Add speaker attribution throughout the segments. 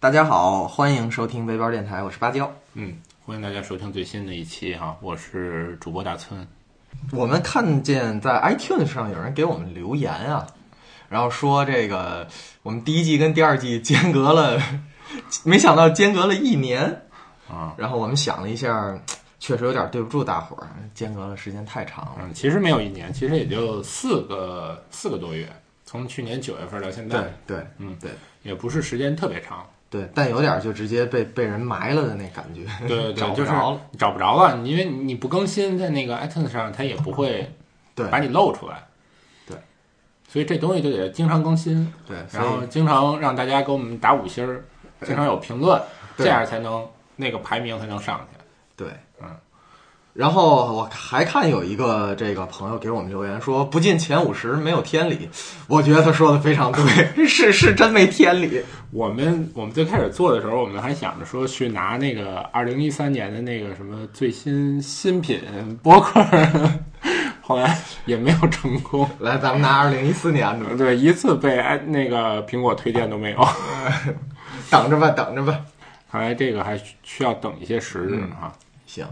Speaker 1: 大家好，欢迎收听背包电台，我是芭蕉。
Speaker 2: 嗯，欢迎大家收听最新的一期哈、我是主播大村。
Speaker 1: 我们看见在 iTunes 上有人给我们留言啊，然后说这个我们第一季跟第二季间隔了， 没想到间隔了一年
Speaker 2: 啊。
Speaker 1: 然后我们想了一下，确实有点对不住大伙儿，间隔了时间太长了。
Speaker 2: 嗯，其实没有一年，其实也就四个四个多月，从去年九月份到现在，
Speaker 1: 对，
Speaker 2: 嗯
Speaker 1: 对
Speaker 2: 也不是时间特别 长。
Speaker 1: 对，但有点就直接被被人埋了的那感觉，
Speaker 2: 对对
Speaker 1: 找不
Speaker 2: 对，就是
Speaker 1: 着了。
Speaker 2: 找不着了，因为你不更新在那个 iTunes 上，它也不会
Speaker 1: 对
Speaker 2: 把你露出来。
Speaker 1: 对，
Speaker 2: 所以这东西就得经常更新，
Speaker 1: 对，所
Speaker 2: 然
Speaker 1: 以
Speaker 2: 后经常让大家给我们打五星儿，经常有评论，
Speaker 1: 对
Speaker 2: 这样才能那个排名才能上去。
Speaker 1: 对，
Speaker 2: 嗯。
Speaker 1: 然后我还看有一个这个朋友给我们留言说不进前五十没有天理，我觉得他说的非常 对，是是真没天理。
Speaker 2: 我们我们最开始做的时候，我们还想着说去拿那个二零一三年的那个什么最新新品播客， 后来也没有成功。
Speaker 1: 来，咱们拿二零一四年的吧，
Speaker 2: 对，一次被哎那个苹果推荐都没有。
Speaker 1: 等着吧，等着吧。
Speaker 2: 看来这个还需需要等一些时日
Speaker 1: 嗯
Speaker 2: 哈。
Speaker 1: 行，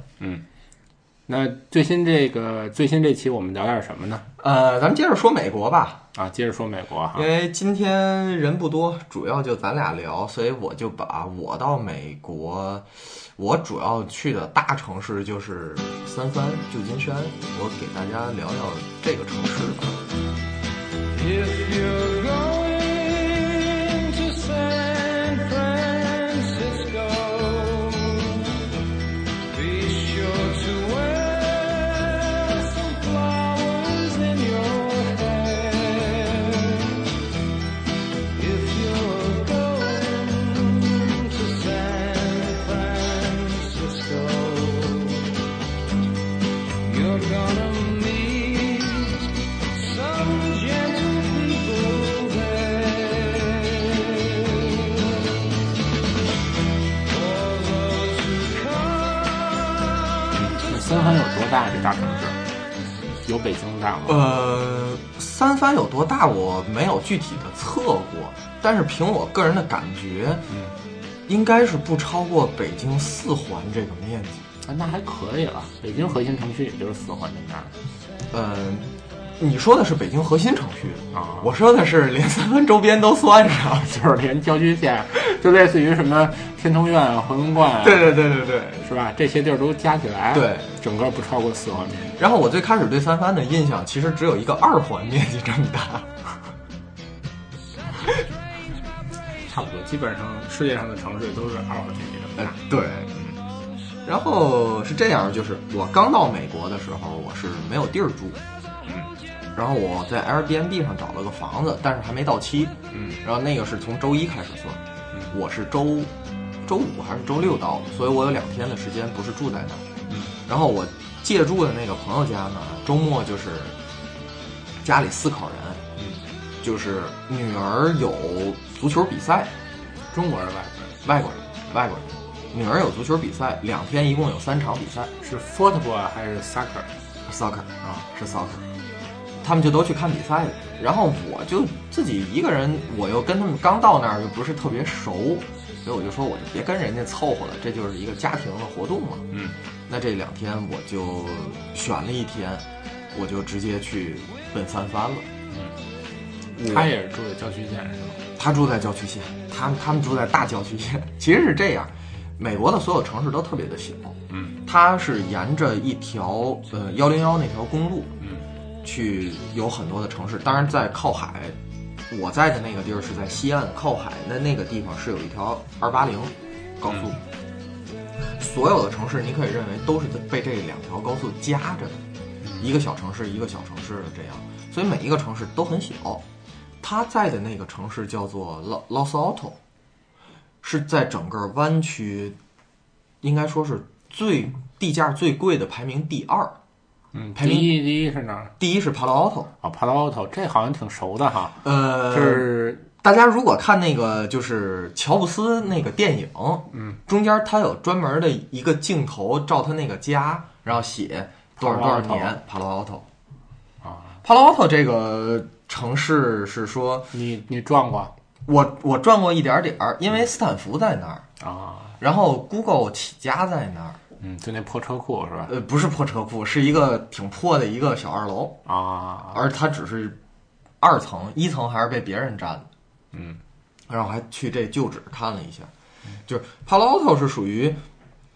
Speaker 2: 那最新这个最新这期我们聊点什么呢？
Speaker 1: 呃，咱们接着说美国吧，
Speaker 2: 啊，接着说美国哈
Speaker 1: 因。为今天人不多，主要就咱俩聊，所以我就把我到美国，我主要去的大城市就是三藩、旧金山，我给大家聊聊这个城市吧。
Speaker 3: If you're going to San Francisco, be sure to wear some flowers in your hair. If you're going to San Francisco, you're gonna meet some gentle people there. For those who
Speaker 2: 那 三
Speaker 3: come
Speaker 2: 藩有多大？这大城市有北京大吗？
Speaker 1: 呃，三番有多大我没有具体的测过，但是凭我个人的感觉，
Speaker 2: 嗯
Speaker 1: 应该是不超过北京四环这个面积。
Speaker 2: 啊那还可以了。北京核心城区也就是四环这么大。
Speaker 1: 嗯、你说的是北京核心城区
Speaker 2: 啊
Speaker 1: 我说的是连三藩周边都算上。
Speaker 2: 就是连郊区县，就类似于什么天通苑啊、回龙观啊，
Speaker 1: 对对对对对。
Speaker 2: 是吧？这些地儿都加起来，
Speaker 1: 对，
Speaker 2: 整个不超过四环米。
Speaker 1: 然后我最开始对三藩的印象其实只有一个二环面积这么大。
Speaker 2: 差不多，基本上世界上的城市都是二环面积这么
Speaker 1: 呃
Speaker 2: 大。，
Speaker 1: 对，嗯。然后是这样，就是我刚到美国的时候，我是没有地儿住，嗯。然后我在 Airbnb 上找了个房子，但是还没到期，
Speaker 2: 嗯。
Speaker 1: 然后那个是从周一开始算，
Speaker 2: 嗯
Speaker 1: 我是周周五还是周六到的，所以我有两天的时间不是住在那儿。
Speaker 2: 嗯。
Speaker 1: 然后我借住的那个朋友家呢，周末就是家里四口人，
Speaker 2: 嗯，
Speaker 1: 就是女儿有足球比赛，
Speaker 2: 中国人外
Speaker 1: 外
Speaker 2: 国人
Speaker 1: 国人，外国人。女儿有足球比赛，两天一共有三场比赛
Speaker 2: 是 football 还是 soccer
Speaker 1: ，soccer
Speaker 2: 啊？
Speaker 1: 是 soccer，他们就都去看比赛了。然后我就自己一个人，我又跟他们刚到那儿又不是特别熟，所以我就说我就别跟人家凑合了，这就是一个家庭的活动嘛。
Speaker 2: 嗯，
Speaker 1: 那这两天我就选了一天，我就直接去奔三藩了。嗯
Speaker 2: 他也是住在郊区县是吗？
Speaker 1: 他住在郊区县，他们他们住在大郊区县。其实是这样，美国的所有城市都特别的小，
Speaker 2: 嗯
Speaker 1: 它是沿着一条呃幺零幺那条公路
Speaker 2: 嗯
Speaker 1: 去有很多的城市，当然在靠海。我在的那个地儿是在西岸靠海，那那个地方是有一条二八零高速。所有的城市，你可以认为都是在被这两条高速夹着的，一个小城市一个小城市的这样，所以每一个城市都很小。他在的那个城市叫做 Lo- Los Altos，是在整个湾区，应该说是最地价最贵的，排名第二。
Speaker 2: 嗯，第
Speaker 1: 排名
Speaker 2: 一第一是哪儿？
Speaker 1: 第一是 Palo Alto，
Speaker 2: 啊，Palo Alto，这好像挺熟的哈，
Speaker 1: 呃，
Speaker 2: 是
Speaker 1: 大家如果看那个就是乔布斯那个电影，
Speaker 2: 嗯，
Speaker 1: 中间他有专门的一个镜头照他那个家，然后写多少多少年 Palo Alto。
Speaker 2: 啊，
Speaker 1: Palo Alto 这个城市是说，
Speaker 2: 你你撞过？
Speaker 1: 我我转过一点点儿，因为斯坦福在那儿，
Speaker 2: 啊，
Speaker 1: 然后 Google 起家在那儿，
Speaker 2: 嗯，就那破车库是吧？
Speaker 1: 呃，不是破车库，是一个挺破的一个小二楼，
Speaker 2: 啊，
Speaker 1: 而它只是二层，一层还是被别人占的。
Speaker 2: 嗯，
Speaker 1: 然后还去这旧址看了一下，就是 Palo Alto 是属于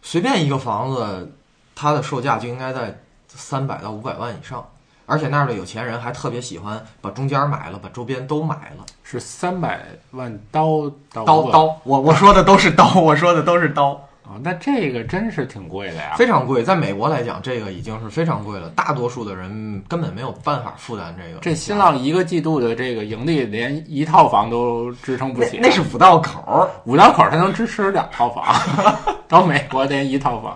Speaker 1: 随便一个房子，它的售价就应该在三百到五百万以上，而且那儿的有钱人还特别喜欢把中间买了，把周边都买了。
Speaker 2: 是三百万刀刀
Speaker 1: 刀刀，我我说的都是刀，我说的都是刀，
Speaker 2: 啊，那这个真是挺贵的呀。
Speaker 1: 非常贵。在美国来讲，这个已经是非常贵了，大多数的人根本没有办法负担这个。
Speaker 2: 这新浪一个季度的这个盈利，连一套房都支撑不
Speaker 1: 那
Speaker 2: 起。
Speaker 1: 那是五道口儿，
Speaker 2: 五道口，它能支持两套房， 到美国连一套房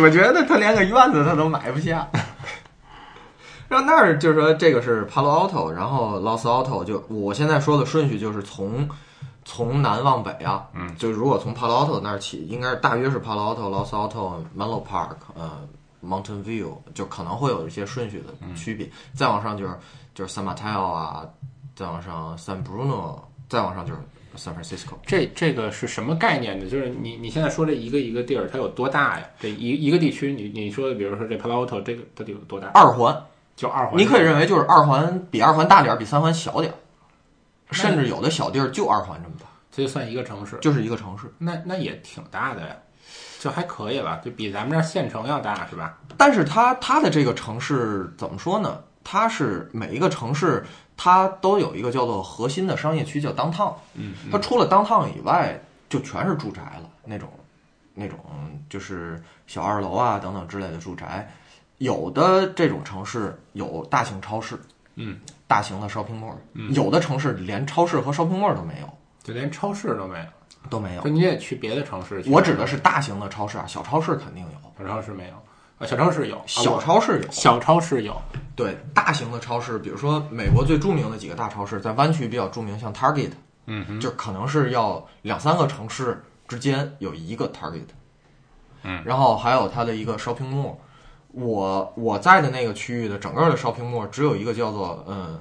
Speaker 1: 我觉得他连个院子他都买不下。 然后那儿就是说，这个是 Palo Alto，然后 Los Alto 就我现在说的顺序就是从从南往北啊，
Speaker 2: 嗯，
Speaker 1: 就如果从 Palo Alto 那儿起，应该是大约是 Palo Alto、Los Alto、Menlo Park，呃，Mountain View，就可能会有一些顺序的区别。再往上就是就是 San Mateo 啊，再往上 San Bruno，再往上就是 San Francisco。
Speaker 2: 这这个是什么概念呢？就是你你现在说这一个一个地儿，它有多大呀？这一一个地区，你你说，比如说这 Palo Alto 这个到底有多大？
Speaker 1: 二环
Speaker 2: 就二环。
Speaker 1: 你可以认为就是二环比二环大点儿，比三环小点儿，甚
Speaker 2: 嗯
Speaker 1: 至有的小地儿就二环这么大，
Speaker 2: 这就算一个城市，
Speaker 1: 就是一个城市。
Speaker 2: 那那也挺大的呀，就还可以了，就比咱们这儿县城要大是吧？
Speaker 1: 但是它它的这个城市怎么说呢？它是每一个城市它都有一个叫做核心的商业区，叫 downtown。
Speaker 2: 嗯，
Speaker 1: 它除了 downtown 以外，就全是住宅了那种，那种就是小二楼啊等等之类的住宅。有的这种城市有大型超市，
Speaker 2: 嗯，
Speaker 1: 大型的 shopping mall，、有的城市连超市和 shopping mall 都没有，
Speaker 2: 就连超市都没有，
Speaker 1: 都没有
Speaker 2: 就。你也去别的城市去。
Speaker 1: 我指的是大型的超市啊，小超市肯定有，
Speaker 2: 小超市没有啊，小超市有，啊
Speaker 1: 小
Speaker 2: 我
Speaker 1: 超市有。
Speaker 2: 小超市有，
Speaker 1: 对，大型的超市，比如说美国最著名的几个大超市，在湾区比较著名，像 Target，
Speaker 2: 嗯哼，
Speaker 1: 就可能是要两三个城市之间有一个 Target。
Speaker 2: 嗯，
Speaker 1: 然后还有它的一个 shopping mall，我我在的那个区域的整个的 shopping mall 只有一个叫做嗯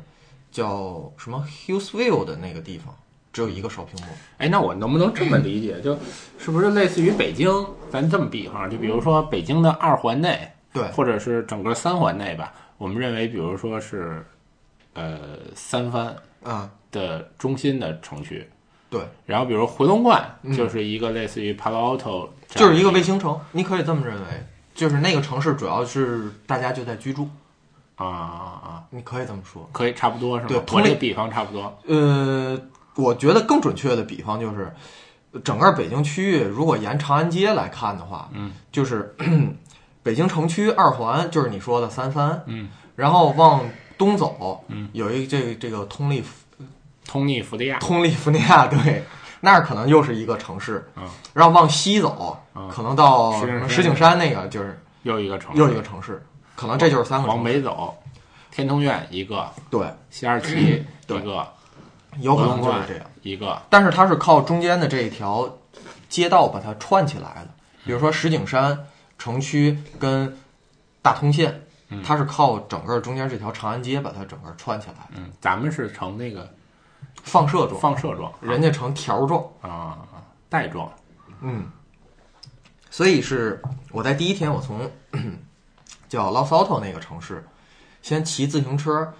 Speaker 1: 叫什么 Hillsville 的那个地方，只有一个 shopping mall。
Speaker 2: 哎，那我能不能这么理解，就是不是类似于北京？咱这么比方，就比如说北京的二环内，
Speaker 1: 对
Speaker 2: 或者是整个三环内吧，我们认为，比如说是，呃，三番
Speaker 1: 啊、
Speaker 2: 的中心的城区，
Speaker 1: 对，
Speaker 2: 然后比如回龙观就是一个类似于 Palo Alto，
Speaker 1: 嗯
Speaker 2: 这
Speaker 1: 就
Speaker 2: 样
Speaker 1: 是一个
Speaker 2: 的
Speaker 1: 卫星城，你可以这么认为，就是那个城市主要是大家就在居住，
Speaker 2: 啊啊啊，
Speaker 1: 你可以这么说。
Speaker 2: 可以差不多是吗？
Speaker 1: 对
Speaker 2: 我
Speaker 1: 同理
Speaker 2: 这个比方差不多。
Speaker 1: 呃，我觉得更准确的比方就是，整个北京区域如果沿长安街来看的话，嗯，就是 北京城区二环就是你说的三番，
Speaker 2: 嗯，
Speaker 1: 然后往东走，嗯，有一个这个这个通利福
Speaker 2: 通利福利亚，
Speaker 1: 通利福尼亚对。 那儿可能又是一个城市，
Speaker 2: 嗯
Speaker 1: 然后往西走，
Speaker 2: 嗯
Speaker 1: 可能到
Speaker 2: 石景
Speaker 1: 什么
Speaker 2: 山
Speaker 1: 石景山那个就是
Speaker 2: 又一个城市，
Speaker 1: 又一个城市，可能这就是三个城
Speaker 2: 往
Speaker 1: 市。
Speaker 2: 北走，天通苑一个，
Speaker 1: 对，
Speaker 2: 西二旗一
Speaker 1: 嗯对
Speaker 2: 个，
Speaker 1: 有可
Speaker 2: 回
Speaker 1: 能
Speaker 2: 龙
Speaker 1: 就是
Speaker 2: 观
Speaker 1: 这样。
Speaker 2: 一个，
Speaker 1: 但是它是靠中间的这一条街道把它串起来的，比如说石景山城区跟大通县，它是靠整个中间这条长安街把它整个串起来的，
Speaker 2: 嗯，咱们是成那个
Speaker 1: 放射状，
Speaker 2: 放射状
Speaker 1: 人家成条状，
Speaker 2: 啊，带状，
Speaker 1: 嗯，所以是我在第一天我从 叫 Los Alto 那个城市，先骑自行车。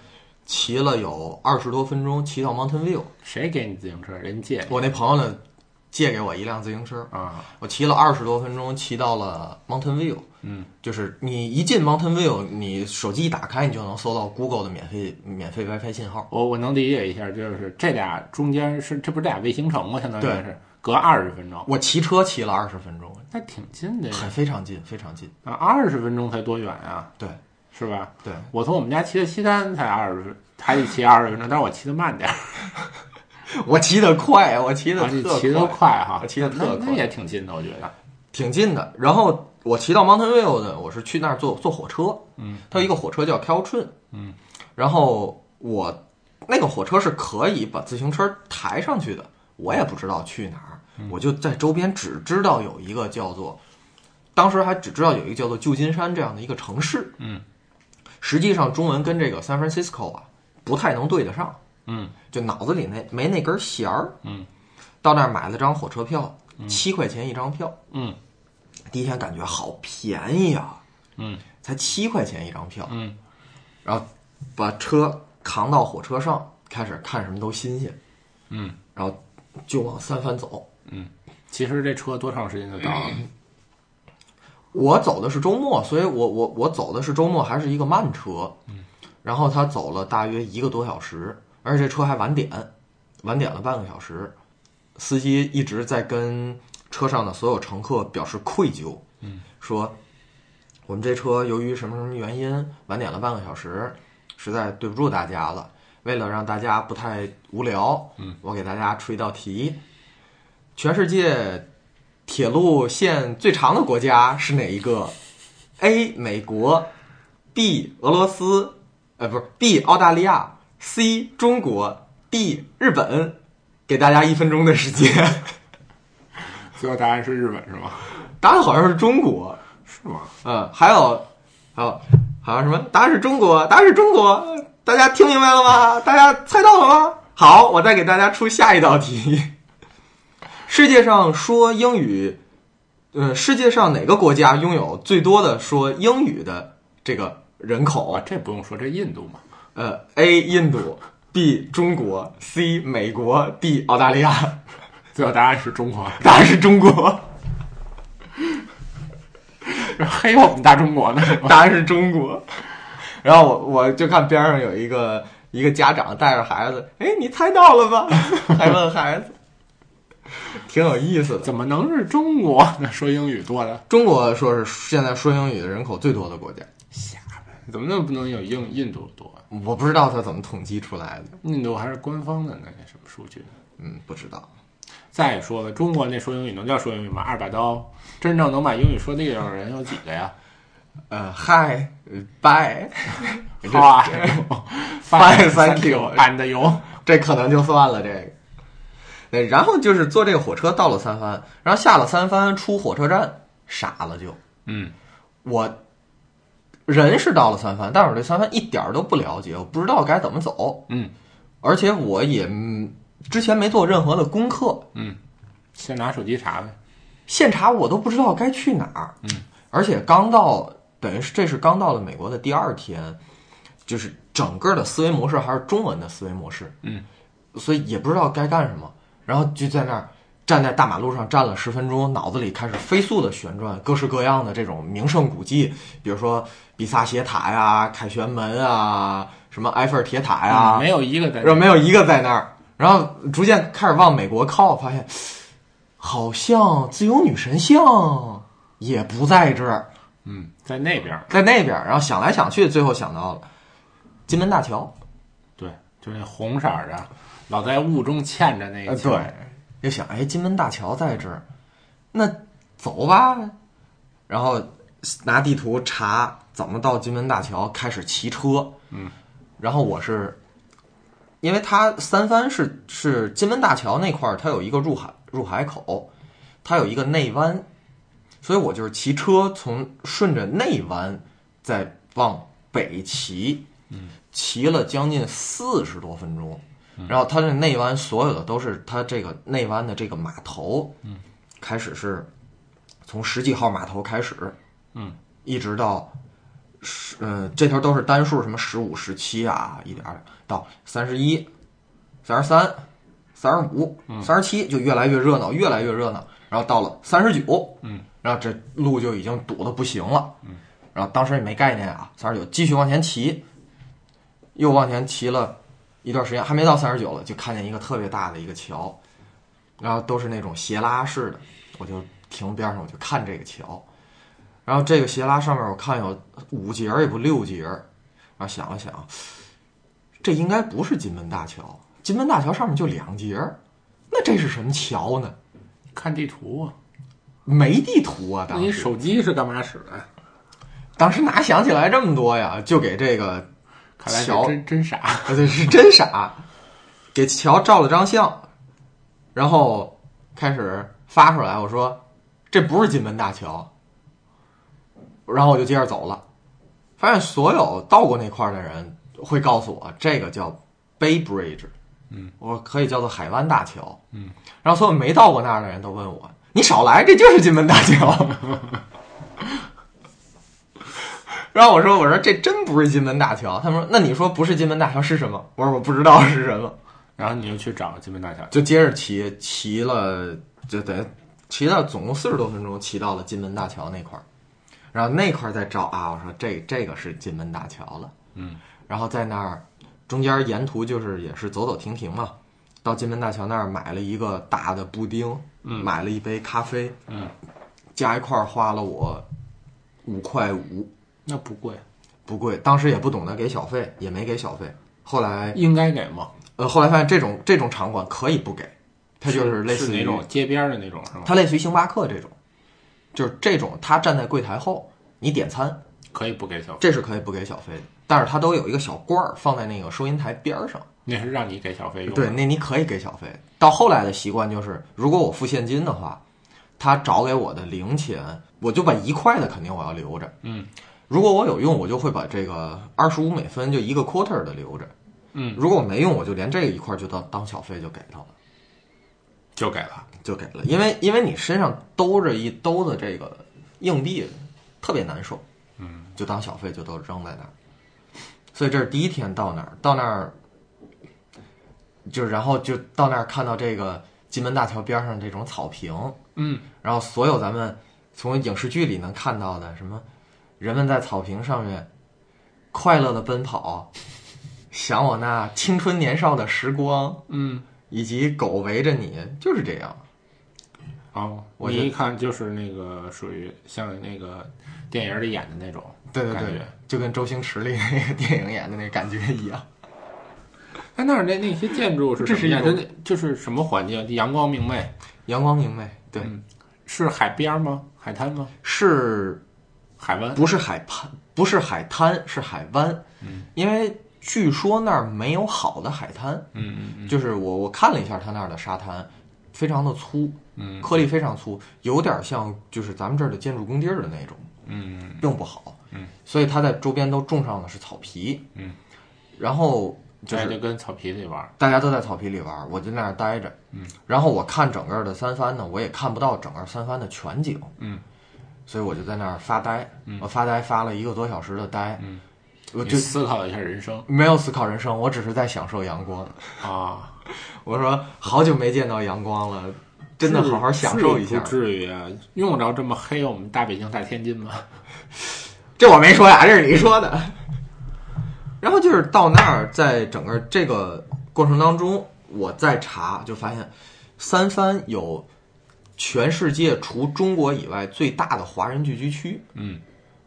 Speaker 1: 骑了有二十多分钟，骑到 Mountain View。
Speaker 2: 谁给你自行车？人借的
Speaker 1: 我那朋友呢，借给我一辆自行车，
Speaker 2: 啊，
Speaker 1: 我骑了二十多分钟，骑到了 Mountain View。
Speaker 2: 嗯，
Speaker 1: 就是你一进 Mountain View，你手机一打开，你就能搜到 Google 的免费免费 WiFi 信号。
Speaker 2: 我我能理解一下，就是这俩中间是这不是俩卫星城吗？相当于
Speaker 1: 对
Speaker 2: 是隔二十分钟，
Speaker 1: 我骑车骑了二十分钟，
Speaker 2: 那挺近的呀，
Speaker 1: 很非常近，非常近。
Speaker 2: 啊，二十分钟才多远啊，
Speaker 1: 对
Speaker 2: 是吧？
Speaker 1: 对，
Speaker 2: 我从我们家骑到西单才二十，还得骑二十分钟，但是我骑的慢点儿，
Speaker 1: 我骑得快，我骑得
Speaker 2: 啊，你
Speaker 1: 特啊
Speaker 2: 骑得快哈，
Speaker 1: 我骑得特
Speaker 2: 那
Speaker 1: 快
Speaker 2: 那也挺近的，我觉得。
Speaker 1: 挺近的。然后我骑到 Mountain View 呢，我是去那儿坐坐火车，
Speaker 2: 嗯，
Speaker 1: 它有一个火车叫 Caltrain，嗯，然后我那个火车是可以把自行车抬上去的，我也不知道去哪儿，
Speaker 2: 嗯
Speaker 1: 我就在周边只知道有一个叫做，当时还只知道有一个叫做旧金山这样的一个城市，
Speaker 2: 嗯，
Speaker 1: 实际上中文跟这个 San Francisco 啊不太能对得上，
Speaker 2: 嗯，
Speaker 1: 就脑子里那没那根弦儿。
Speaker 2: 嗯，
Speaker 1: 到那儿买了张火车票，七块钱一张票。
Speaker 2: 嗯
Speaker 1: 第一天感觉好便宜啊，
Speaker 2: 嗯
Speaker 1: 才七块钱一张票。
Speaker 2: 嗯，
Speaker 1: 然后把车扛到火车上，开始看什么都新鲜。
Speaker 2: 嗯，
Speaker 1: 然后就往三藩走。
Speaker 2: 其实这车多长时间就到了？
Speaker 1: 我走的是周末，所以我我我走的是周末，还是一个慢车。嗯，然后他走了大约一个多小时，而且这车还晚点，晚点了半个小时。司机一直在跟车上的所有乘客表示愧疚，嗯，说我们这车由于什么什么原因晚点了半个小时，实在对不住大家了。为了让大家不太无聊，嗯，我给大家出一道题：全世界铁路线最长的国家是哪一个？A. 美国，B. 俄罗斯，呃，不是 B. 澳大利亚，C. 中国，D. 日本。给大家一分钟的时间，
Speaker 2: 最后答案是日本是吗？
Speaker 1: 答案好像是中国，
Speaker 2: 是吗？
Speaker 1: 嗯，还有，还有，好像什么？答案是中国，答案是中国，大家听明白了吗？大家猜到了吗？好，我再给大家出下一道题。世界上说英语，呃，世界上哪个国家拥有最多的说英语的这个人
Speaker 2: 哇，
Speaker 1: 口？
Speaker 2: 啊这不用说，这印度嘛。
Speaker 1: 呃，A 印度，B 中国，C 美国，D 澳大利亚。
Speaker 2: 最后答案是中国，
Speaker 1: 答案是中国，
Speaker 2: 黑我们大中国呢？
Speaker 1: 答案是中国。 然后我我就看边上有一个一个家长带着孩子，哎，你猜到了吧？ 还问孩子，挺有意思的。
Speaker 2: 怎么能是中国呢？说英语多的
Speaker 1: 中国说是现在说英语的人口最多的国家，
Speaker 2: 瞎呗，怎么那么不能有印印度多？
Speaker 1: 我不知道他怎么统计出来的，
Speaker 2: 印度还是官方的那个什么数据？
Speaker 1: 嗯，不知道。
Speaker 2: 再说了，中国那说英语能叫说英语吗？二把刀，真正能把英语说那样的人有几个 呀？
Speaker 1: 呃，Hi，拜，
Speaker 2: 好 啊
Speaker 1: Fine,
Speaker 2: ，Fine，Thank
Speaker 1: thank you
Speaker 2: you，and you。
Speaker 1: 这可能就算了这个。那然后就是坐这个火车到了三藩，然后下了三藩出火车站，傻了就。
Speaker 2: 嗯，
Speaker 1: 我人是到了三藩，但是我对三藩一点儿都不了解，我不知道该怎么走，
Speaker 2: 嗯
Speaker 1: 而且我也嗯之前没做任何的功课，
Speaker 2: 嗯，先拿手机查呗。
Speaker 1: 现查我都不知道该去哪儿。嗯，而且刚到，等于是这是刚到了美国的第二天，就是整个的思维模式还是中文的思维模式。
Speaker 2: 嗯，
Speaker 1: 所以也不知道该干什么，然后就在那儿站在大马路上站了十分钟，脑子里开始飞速的旋转各式各样的这种名胜古迹，比如说比萨斜塔呀、凯旋门啊、什么埃菲尔铁塔呀、
Speaker 2: 嗯没有一个在
Speaker 1: 然后没有一个在那儿，然后逐渐开始往美国靠，发现好像自由女神像也不在这儿，
Speaker 2: 嗯，在那边儿，
Speaker 1: 在那边儿。然后想来想去，最后想到了金门大桥，
Speaker 2: 对，就是那红色儿的，老在雾中嵌着那
Speaker 1: 呃
Speaker 2: 个。
Speaker 1: 对，就想哎，金门大桥在这儿，那走吧。然后拿地图查怎么到金门大桥，开始骑车。嗯，然后我是，因为它三藩是是金门大桥那块儿，它有一个入海入海口，它有一个内湾，所以我就是骑车从顺着内湾再往北骑，嗯，骑了将近四十多分钟。然后它的内湾所有的都是它这个内湾的这个码头，嗯，开始是从十几号码头开始，
Speaker 2: 嗯，
Speaker 1: 一直到十，呃，这头都是单数，什么十五、十七啊，一点儿到三十一、三十三、三十五、三十七，就越来越热闹，越来越热闹。然后到了三十九，
Speaker 2: 嗯，
Speaker 1: 然后这路就已经堵得不行了，嗯，然后当时也没概念啊，三十九继续往前骑，又往前骑了一段时间，还没到三十九了，就看见一个特别大的一个桥，然后都是那种斜拉式的，我就停边上，我就看这个桥，然后这个斜拉上面我看有五节儿也不六节儿，然后想了想，这应该不是金门大桥，金门大桥上面就两节儿，那这是什么桥呢？
Speaker 2: 看地图啊，
Speaker 1: 没地图啊，
Speaker 2: 那
Speaker 1: 当
Speaker 2: 你
Speaker 1: 时
Speaker 2: 手机是干嘛使的？
Speaker 1: 当时哪想起来这么多呀？就给这个
Speaker 2: 看来
Speaker 1: 瞧
Speaker 2: 你真真傻。
Speaker 1: 啊，对，是真傻，给乔照了张相，然后开始发出来。我说这不是金门大桥，然后我就接着走了。发现所有到过那块儿的人会告诉我，这个叫 Bay Bridge，
Speaker 2: 嗯，
Speaker 1: 我可以叫做海湾大桥，
Speaker 2: 嗯，
Speaker 1: 然后所有没到过那儿的人都问我，你少来，这就是金门大桥。 然后我说：“我说这真不是金门大桥。”他们说：“那你说不是金门大桥是什么？”我说：“我不知道是什么。”
Speaker 2: 然后你就去找金门大桥，
Speaker 1: 就接着骑，骑了就等于骑了总共四十多分钟，骑到了金门大桥那块儿，然后那块儿再找啊，我说这这个是金门大桥了，
Speaker 2: 嗯，
Speaker 1: 然后在那儿中间沿途就是也是走走停停嘛，到金门大桥那儿买了一个大的布丁，
Speaker 2: 嗯
Speaker 1: 买了一杯咖啡，
Speaker 2: 嗯，
Speaker 1: 加一块儿花了我五块五，
Speaker 2: 那不贵，
Speaker 1: 不贵，当时也不懂得给小费，也没给小费，后来
Speaker 2: 应该给吗？
Speaker 1: 呃后来发现这种这种场馆可以不给，它就是类似于
Speaker 2: 那种街边儿的那种是吗？
Speaker 1: 它类似于星巴克这种，就是这种，他站在柜台后，你点餐，
Speaker 2: 可以不给小费，
Speaker 1: 这是可以不给小费的，但是它都有一个小罐儿放在那个收银台边儿上，
Speaker 2: 那是让你给小费用的。
Speaker 1: 对，那你可以给小费。到后来的习惯就是，如果我付现金的话，他找给我的零钱，我就把一块的肯定我要留着，
Speaker 2: 嗯，
Speaker 1: 如果我有用，我就会把这个二十五美分就一个 quarter 的留着，
Speaker 2: 嗯，
Speaker 1: 如果我没用，我就连这个一块儿就当当小费就给他了。
Speaker 2: 就给了。
Speaker 1: 就给了，因为因为你身上兜着一兜子这个硬币，特别难受，
Speaker 2: 嗯，
Speaker 1: 就当小费就都扔在那儿。所以这是第一天到那儿，到那儿就然后就到那儿看到这个金门大桥边上这种草坪，
Speaker 2: 嗯，
Speaker 1: 然后所有咱们从影视剧里能看到的什么，人们在草坪上面快乐的奔跑，想我那青春年少的时光，
Speaker 2: 嗯，
Speaker 1: 以及狗围着你，就是这样。
Speaker 2: 哦，
Speaker 1: 我
Speaker 2: 你
Speaker 1: 觉得
Speaker 2: 一看就是那个属于像那个电影里演的那种
Speaker 1: 对对
Speaker 2: 感
Speaker 1: 对
Speaker 2: 觉。，
Speaker 1: 就跟周星驰里那个电影演的那个感觉一 样。
Speaker 2: 哎，那儿那那些建筑是
Speaker 1: 这
Speaker 2: 什么呀
Speaker 1: 是一
Speaker 2: 它那就是什么环境？阳光明媚，
Speaker 1: 阳光明媚，对，
Speaker 2: 嗯是海边儿吗？海滩吗？
Speaker 1: 是
Speaker 2: 海湾？
Speaker 1: 不是海滩？不是海滩，是海湾。
Speaker 2: 嗯，
Speaker 1: 因为据说那儿没有好的海滩，
Speaker 2: 嗯嗯
Speaker 1: 就是我我看了一下它那儿的沙滩，非常的粗，
Speaker 2: 嗯
Speaker 1: 颗粒非常粗，有点像就是咱们这儿的建筑工地儿的那种，
Speaker 2: 嗯嗯
Speaker 1: 并不好。
Speaker 2: 嗯，
Speaker 1: 所以它在周边都种上的是草皮。
Speaker 2: 嗯，
Speaker 1: 然后
Speaker 2: 嗯，
Speaker 1: 就
Speaker 2: 哎
Speaker 1: 是
Speaker 2: 就跟草皮里玩儿。
Speaker 1: 大家都在草皮里玩，我就在那儿待着。
Speaker 2: 嗯，
Speaker 1: 然后我看整个的三番呢，我也看不到整个三番的全景。
Speaker 2: 嗯，
Speaker 1: 所以我就在那儿发呆。
Speaker 2: 嗯
Speaker 1: 我发呆发了一个多小时的呆。
Speaker 2: 嗯，
Speaker 1: 我
Speaker 2: 你
Speaker 1: 就
Speaker 2: 思考一下人生
Speaker 1: 没有思考人生，我只是在享受阳光。
Speaker 2: 啊，
Speaker 1: 我说好久没见到阳光了，真的好好享受一
Speaker 2: 至
Speaker 1: 下
Speaker 2: 不。至于啊，用着这么黑我们大北京大天津吗？
Speaker 1: 这我没说呀，这是你说的。然后就是到那儿，在整个这个过程当中，我在查就发现，三藩有全世界除中国以外最大的华人聚居区。
Speaker 2: 嗯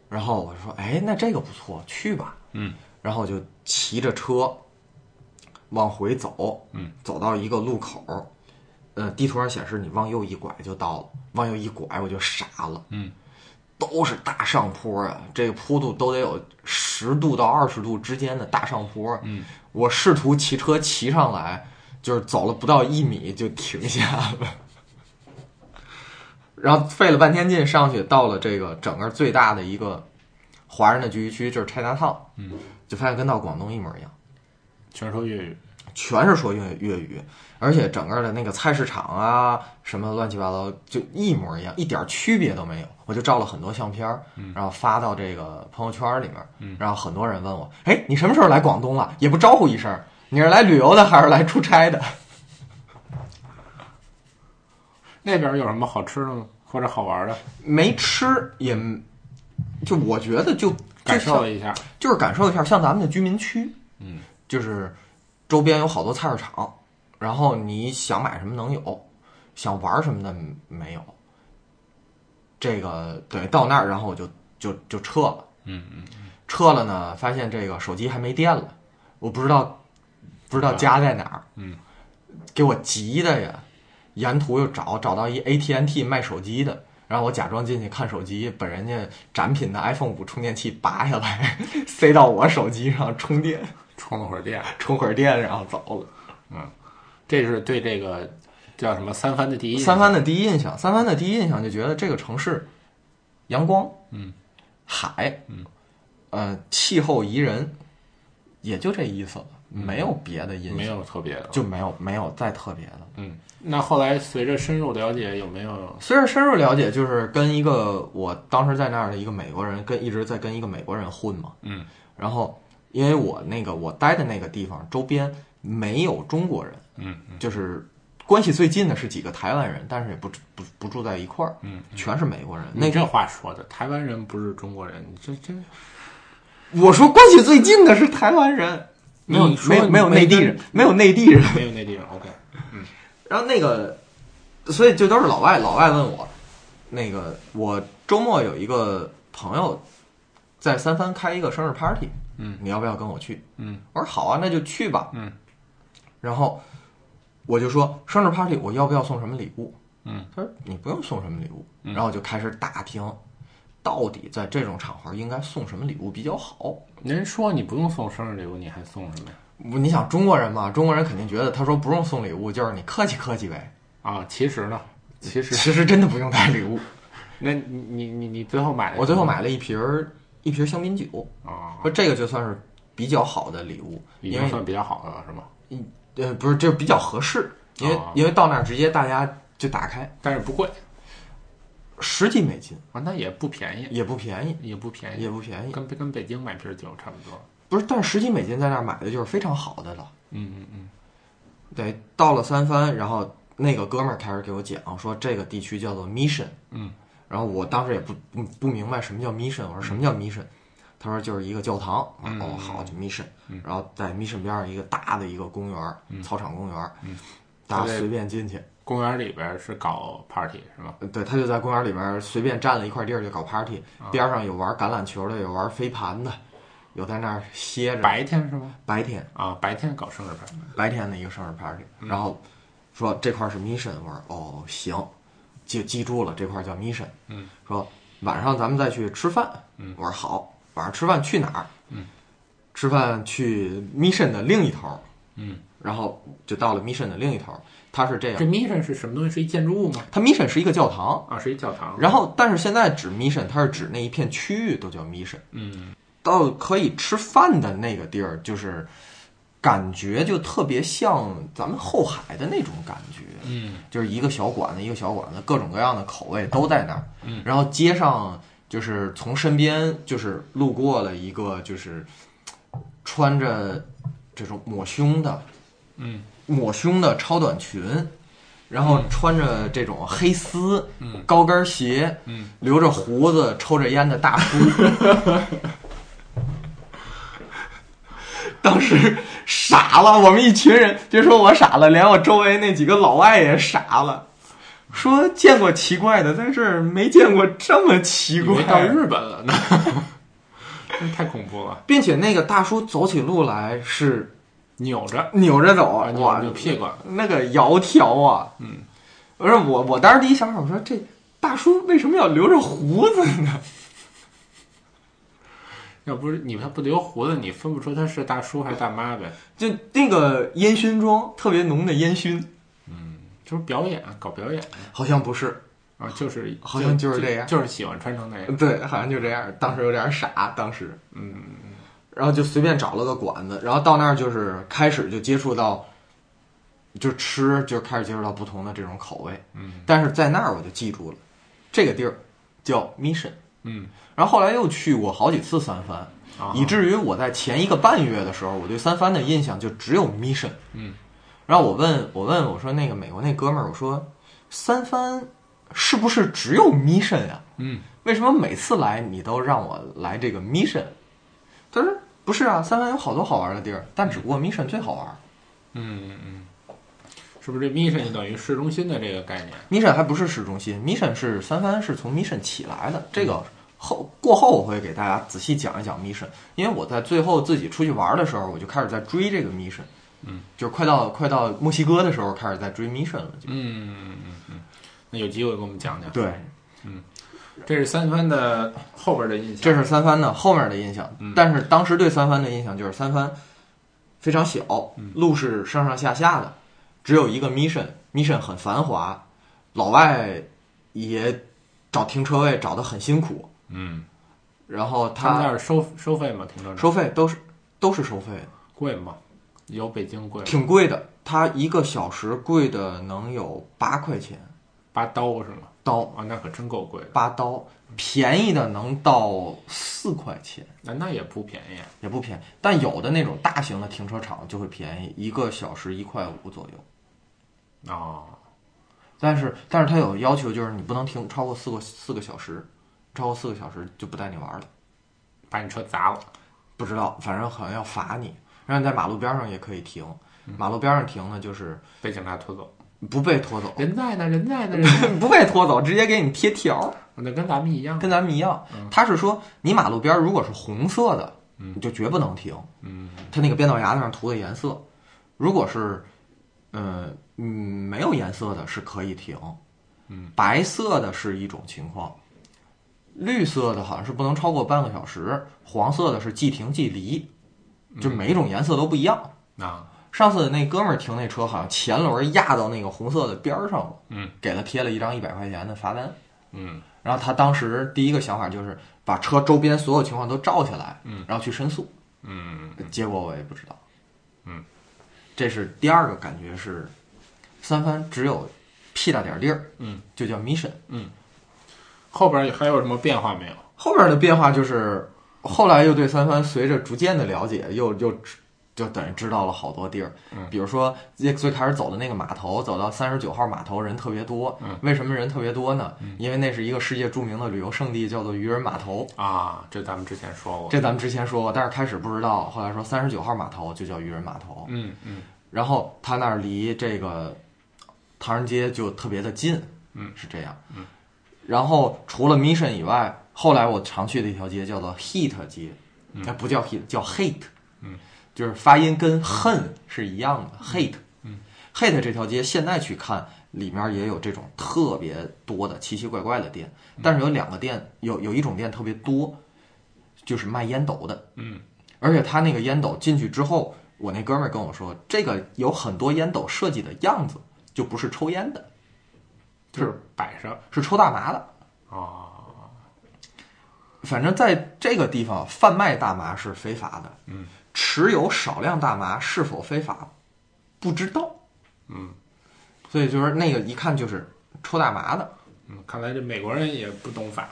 Speaker 1: 然后我就说，哎，那这个不错，去吧。
Speaker 2: 嗯
Speaker 1: 然后我就骑着车往回走，
Speaker 2: 嗯，
Speaker 1: 走到一个路口，呃，地图上显示你往右一拐就到了，往右一拐我就傻了，
Speaker 2: 嗯，
Speaker 1: 都是大上坡啊，这个坡度都得有十度到二十度之间的大上坡，啊
Speaker 2: 嗯，
Speaker 1: 我试图骑车骑上来，就是走了不到一米就停下了。 然后费了半天劲上去，到了这个整个最大的一个华人的聚居区，就是 Chinatown，
Speaker 2: 嗯，
Speaker 1: 就发现跟到广东一模一样。
Speaker 2: 全说粤语。
Speaker 1: 全是说粤粤语，而且整个的那个菜市场啊，什么乱七八糟，就一模一样，一点区别都没有。我就照了很多相片儿，
Speaker 2: 嗯
Speaker 1: 然后发到这个朋友圈里面，然后很多人问我：“哎，你什么时候来广东了？也不招呼一声，你是来旅游的还是来出差的
Speaker 2: 那边有什么好吃的吗？或者好玩的？？”
Speaker 1: 没吃也，就我觉得就
Speaker 2: 感受
Speaker 1: 就
Speaker 2: 一下。
Speaker 1: 就是感受一下，像咱们的居民区，
Speaker 2: 嗯，
Speaker 1: 就是周边有好多菜市场，然后你想买什么能有，想玩什么的没有。这个对，到那儿然后我就就就撤了，
Speaker 2: 嗯嗯，
Speaker 1: 撤了呢，发现这个手机还没电了，我不知道不知道家在哪儿，
Speaker 2: 嗯，
Speaker 1: 给我急的呀，沿途又找找到一 AT&T 卖手机的。然后我假装进去看手机，把人家展品的 iPhone 五充电器拔下来，塞到我手机上充电。
Speaker 2: 充了会儿电。
Speaker 1: 充会儿电，然后走了。
Speaker 2: 这是对这个叫什么三番的第一印象
Speaker 1: 三番的第一印象，三番的第一印象就觉得这个城市阳光，
Speaker 2: 嗯，
Speaker 1: 海，
Speaker 2: 嗯，
Speaker 1: 呃，气候宜人，也就这意思了。没有别的印象，
Speaker 2: 嗯没有特别的。
Speaker 1: 就没有没有再特别的。
Speaker 2: 嗯，那后来随着深入了解，有没有
Speaker 1: 随着深入了解，就是跟一个我当时在那儿的一个美国人，跟一直在跟一个美国人混嘛。
Speaker 2: 嗯，
Speaker 1: 然后因为我那个我待的那个地方周边没有中国人，
Speaker 2: 嗯
Speaker 1: 就是关系最近的是几个台湾人，但是也不不不住在一块儿，
Speaker 2: 嗯，
Speaker 1: 全是美国人。那
Speaker 2: 你这话说的，台湾人不是中国人，你这这
Speaker 1: 我说关系最近的是台湾人，没有
Speaker 2: 你说
Speaker 1: 没有没有
Speaker 2: 没
Speaker 1: 内地
Speaker 2: 跟
Speaker 1: 人，没有内地人。
Speaker 2: 没有内地人。OK，
Speaker 1: 然后那个，所以就都是老外，老外问我，那个我周末有一个朋友在三藩开一个生日 party，
Speaker 2: 嗯，
Speaker 1: 你要不要跟我去？
Speaker 2: 嗯
Speaker 1: 我说好啊，那就去吧。
Speaker 2: 嗯，
Speaker 1: 然后我就说生日 party 我要不要送什么礼物？
Speaker 2: 嗯，
Speaker 1: 他说你不用送什么礼物，
Speaker 2: 嗯
Speaker 1: 然后我就开始打听，到底在这种场合应该送什么礼物比较好。
Speaker 2: 人说你不用送生日礼物，你还送什么呀？
Speaker 1: 我你想中国人嘛，中国人肯定觉得他说不用送礼物，就是你客气客气呗。
Speaker 2: 啊，其实呢，其实
Speaker 1: 其实真的不用带礼物，
Speaker 2: 那你你你你最后买了？
Speaker 1: 我最后买了一瓶儿一瓶儿香槟酒，
Speaker 2: 啊，
Speaker 1: 说这个就算是比较好的礼物，
Speaker 2: 已
Speaker 1: 因
Speaker 2: 经
Speaker 1: 为
Speaker 2: 算比较好的了，是吗？
Speaker 1: 呃不是就是比较合适，因为、
Speaker 2: 哦
Speaker 1: 因为到那儿直接大家就打开，
Speaker 2: 但是不贵
Speaker 1: 十几美金
Speaker 2: 啊，那也不便宜，
Speaker 1: 也不便宜，
Speaker 2: 也不便
Speaker 1: 也
Speaker 2: 宜，
Speaker 1: 不便宜，
Speaker 2: 跟跟北京买瓶酒差不多。
Speaker 1: 不是，但是十几美金在那儿买的就是非常好的了。
Speaker 2: 嗯嗯嗯，
Speaker 1: 对，到了三藩，然后那个哥们儿开始给我讲说这个地区叫做 Mission，
Speaker 2: 嗯，
Speaker 1: 然后我当时也不不不明白什么叫 Mission，我说什么叫 Mission，他说就是一个教堂，我
Speaker 2: 嗯
Speaker 1: 说哦好就 Mission，然后在 Mission 边上一个大的一个公园儿，操场公园儿，大
Speaker 2: 嗯他
Speaker 1: 家
Speaker 2: 在
Speaker 1: 随便进去，
Speaker 2: 公园里边是搞 party 是吗？
Speaker 1: 对他就在公园里边儿随便占了一块地儿就搞 party，边
Speaker 2: 啊
Speaker 1: 上有玩橄榄球的，有玩飞盘的，有在那儿歇着，
Speaker 2: 白天是吗？
Speaker 1: 白天
Speaker 2: 啊，白天搞生日派。
Speaker 1: 白天的一个生日 party，然
Speaker 2: 嗯
Speaker 1: 后说这块儿是 mission，我说哦行，记记住了，这块儿叫 mission。
Speaker 2: 嗯，
Speaker 1: 说晚上咱们再去吃饭。
Speaker 2: 嗯
Speaker 1: 我说好，晚上吃饭去哪儿？嗯，吃饭去 mission 的另一头儿，
Speaker 2: 嗯，
Speaker 1: 然后就到了 mission 的另一头儿。它是这
Speaker 2: 这
Speaker 1: 样，
Speaker 2: mission 是什么东西？是一建筑物吗？
Speaker 1: 它 mission 是一个教堂，
Speaker 2: 啊，是一教堂。
Speaker 1: 然后但是现在指 mission，它是指那一片区域都叫 mission。
Speaker 2: 嗯，
Speaker 1: 到可以吃饭的那个地儿，就是感觉就特别像咱们后海的那种感觉，
Speaker 2: 嗯，
Speaker 1: 就是一个小馆子一个小馆子，各种各样的口味都在那儿。嗯，然后街上就是从身边就是路过了一个就是穿着这种抹胸的，
Speaker 2: 嗯，
Speaker 1: 抹胸的超短裙。然后穿着这种黑丝、
Speaker 2: 嗯
Speaker 1: 高跟鞋、
Speaker 2: 嗯
Speaker 1: 留着胡子、抽着烟的大叔， 当时傻了，我们一群人别说我傻了，连我周围那几个老外也傻了，说见过奇怪的，但是没见过这么奇
Speaker 2: 以
Speaker 1: 怪
Speaker 2: 为。到日本了呢， 这太恐怖了，
Speaker 1: 并且那个大叔走起路来是
Speaker 2: 扭着
Speaker 1: 扭着走，
Speaker 2: 啊，
Speaker 1: 哇
Speaker 2: 扭着，屁股。
Speaker 1: 那个窈窕啊，
Speaker 2: 嗯，
Speaker 1: 不是我，我当时第一想法我说这大叔为什么要留着胡子呢？
Speaker 2: 要不是你他不留胡子，你分不出他是大叔还是大妈呗。
Speaker 1: 就那个烟熏妆特别浓的烟熏，
Speaker 2: 就是表演，啊搞表演
Speaker 1: 好像不是，
Speaker 2: 啊，就是
Speaker 1: 好像
Speaker 2: 就
Speaker 1: 就是这样
Speaker 2: 就就是喜欢穿成那样。
Speaker 1: 对，好像就这样。当时有点傻，当时。
Speaker 2: 嗯，
Speaker 1: 然后就随便找了个馆子，然后到那儿就是开始就接触到，就吃就开始接触到不同的这种口味。
Speaker 2: 嗯，
Speaker 1: 但是在那儿我就记住了，这个地儿叫 Mission。
Speaker 2: 嗯，
Speaker 1: 然后后来又去过好几次三藩，
Speaker 2: 啊
Speaker 1: 以至于我在前一个半月的时候，我对三藩的印象就只有 Mission。
Speaker 2: 嗯，
Speaker 1: 然后我问我问我说那个美国那哥们儿，我说三藩是不是只有 Mission 呀、
Speaker 2: 嗯，
Speaker 1: 为什么每次来你都让我来这个 Mission？他说不是啊，三藩有好多好玩的地儿，但只不过 Mission 最好玩。
Speaker 2: 嗯嗯，是不是这 mission 就等于市中心的这个概念？
Speaker 1: Mission 还不是市中心，Mission 是三藩是从 Mission 起来的。这个后过后我会给大家仔细讲一讲 Mission，因为我在最后自己出去玩的时候，我就开始在追这个 Mission。
Speaker 2: 嗯，
Speaker 1: 就是快到快到墨西哥的时候，开始在追 Mission 了。就
Speaker 2: 嗯嗯嗯嗯，那有机会给我们讲讲。，
Speaker 1: 对，
Speaker 2: 这是三番的后边的印象。
Speaker 1: 这是三藩的后面的印象，
Speaker 2: 嗯
Speaker 1: 但是当时对三藩的印象就是三藩非常小，
Speaker 2: 嗯
Speaker 1: 路是上上下下的，只有一个 mission，mission 很繁华，老外也找停车位找得很辛苦，
Speaker 2: 嗯，
Speaker 1: 然后
Speaker 2: 他们那
Speaker 1: 他
Speaker 2: 儿收收费吗？停车场
Speaker 1: 收费都是都是收费的，
Speaker 2: 贵吗？有北京贵吗，
Speaker 1: 挺贵的，它一个小时贵的能有八块钱
Speaker 2: 八刀是吗？
Speaker 1: 刀，
Speaker 2: 啊，那可真够贵的，
Speaker 1: 八刀，便宜的能到四块钱，
Speaker 2: 那那也不便宜啊。
Speaker 1: 也不便宜。但有的那种大型的停车场就会便宜，一个小时一块五左右。
Speaker 2: 哦，
Speaker 1: 但是但是它有要求，就是你不能停超过四个四个小时，超过四个小时就不带你玩了。
Speaker 2: 把你车砸了，
Speaker 1: 不知道，反正好像要罚你。然后你在马路边上也可以停，马路边上停呢就是
Speaker 2: 被警察拖走，
Speaker 1: 不被拖走，
Speaker 2: 人在呢，人在呢，人在呢
Speaker 1: 不被拖走，直接给你贴条儿。
Speaker 2: 那跟咱们一样。
Speaker 1: 跟咱们一样，
Speaker 2: 嗯
Speaker 1: 他是说你马路边儿如果是红色的，你就绝不能停，
Speaker 2: 嗯，
Speaker 1: 它那个变道牙子上涂的颜色，如果是，呃，嗯，没有颜色的是可以停，
Speaker 2: 嗯，
Speaker 1: 白色的是一种情况，绿色的好像是不能超过半个小时，黄色的是即停即离，
Speaker 2: 嗯
Speaker 1: 就每一种颜色都不一样。
Speaker 2: 啊，
Speaker 1: 上次那哥们儿停那车好像前轮压到那个红色的边儿上了，
Speaker 2: 嗯，
Speaker 1: 给了贴了一张一百块钱的罚单，
Speaker 2: 嗯
Speaker 1: 然后他当时第一个想法就是把车周边所有情况都照下来，
Speaker 2: 嗯
Speaker 1: 然后去申诉。
Speaker 2: 嗯
Speaker 1: 结果我也不知道，
Speaker 2: 嗯，
Speaker 1: 这是第二个感觉是，三番只有屁大点儿地儿，
Speaker 2: 嗯，
Speaker 1: 就叫 mission。
Speaker 2: 后边还有什么变化没有？
Speaker 1: 后边的变化就是，后来又对三番随着逐渐的了解，又又知就等于知道了好多地儿，
Speaker 2: 嗯
Speaker 1: 比如说最最开始走的那个码头，走到三十九号码头人特别多，
Speaker 2: 嗯
Speaker 1: 为什么人特别多呢？因为那是一个世界著名的旅游胜地，叫做渔人码头。
Speaker 2: 啊，这咱们之前说过。
Speaker 1: 这咱们之前说过，但是开始不知道，后来说三十九号码头就叫渔人码头，
Speaker 2: 嗯嗯
Speaker 1: 然后他那儿离这个唐人街就特别的近，
Speaker 2: 嗯，
Speaker 1: 是这样，嗯。然后除了 Mission 以外，后来我常去的一条街叫做 Heat 街，
Speaker 2: 嗯
Speaker 1: 那、不叫 Heat，叫 Hate，
Speaker 2: 嗯，
Speaker 1: 就是发音跟恨是一样的、h a t e
Speaker 2: 嗯
Speaker 1: h a t e 这条街现在去看，里面也有这种特别多的奇奇怪怪的店，
Speaker 2: 嗯
Speaker 1: 但是有两个店，有有一种店特别多，就是卖烟斗的，
Speaker 2: 嗯
Speaker 1: 而且他那个烟斗进去之后，我那哥们儿跟我说，这个有很多烟斗设计的样子就不是抽烟的，
Speaker 2: 就是摆设
Speaker 1: 是抽大麻的。
Speaker 2: 啊，
Speaker 1: 反正在这个地方贩卖大麻是非法的，
Speaker 2: 嗯，
Speaker 1: 持有少量大麻是否非法不知道，
Speaker 2: 嗯
Speaker 1: 所以就是那个一看就是抽大麻的，
Speaker 2: 嗯，看来这美国人也不懂法。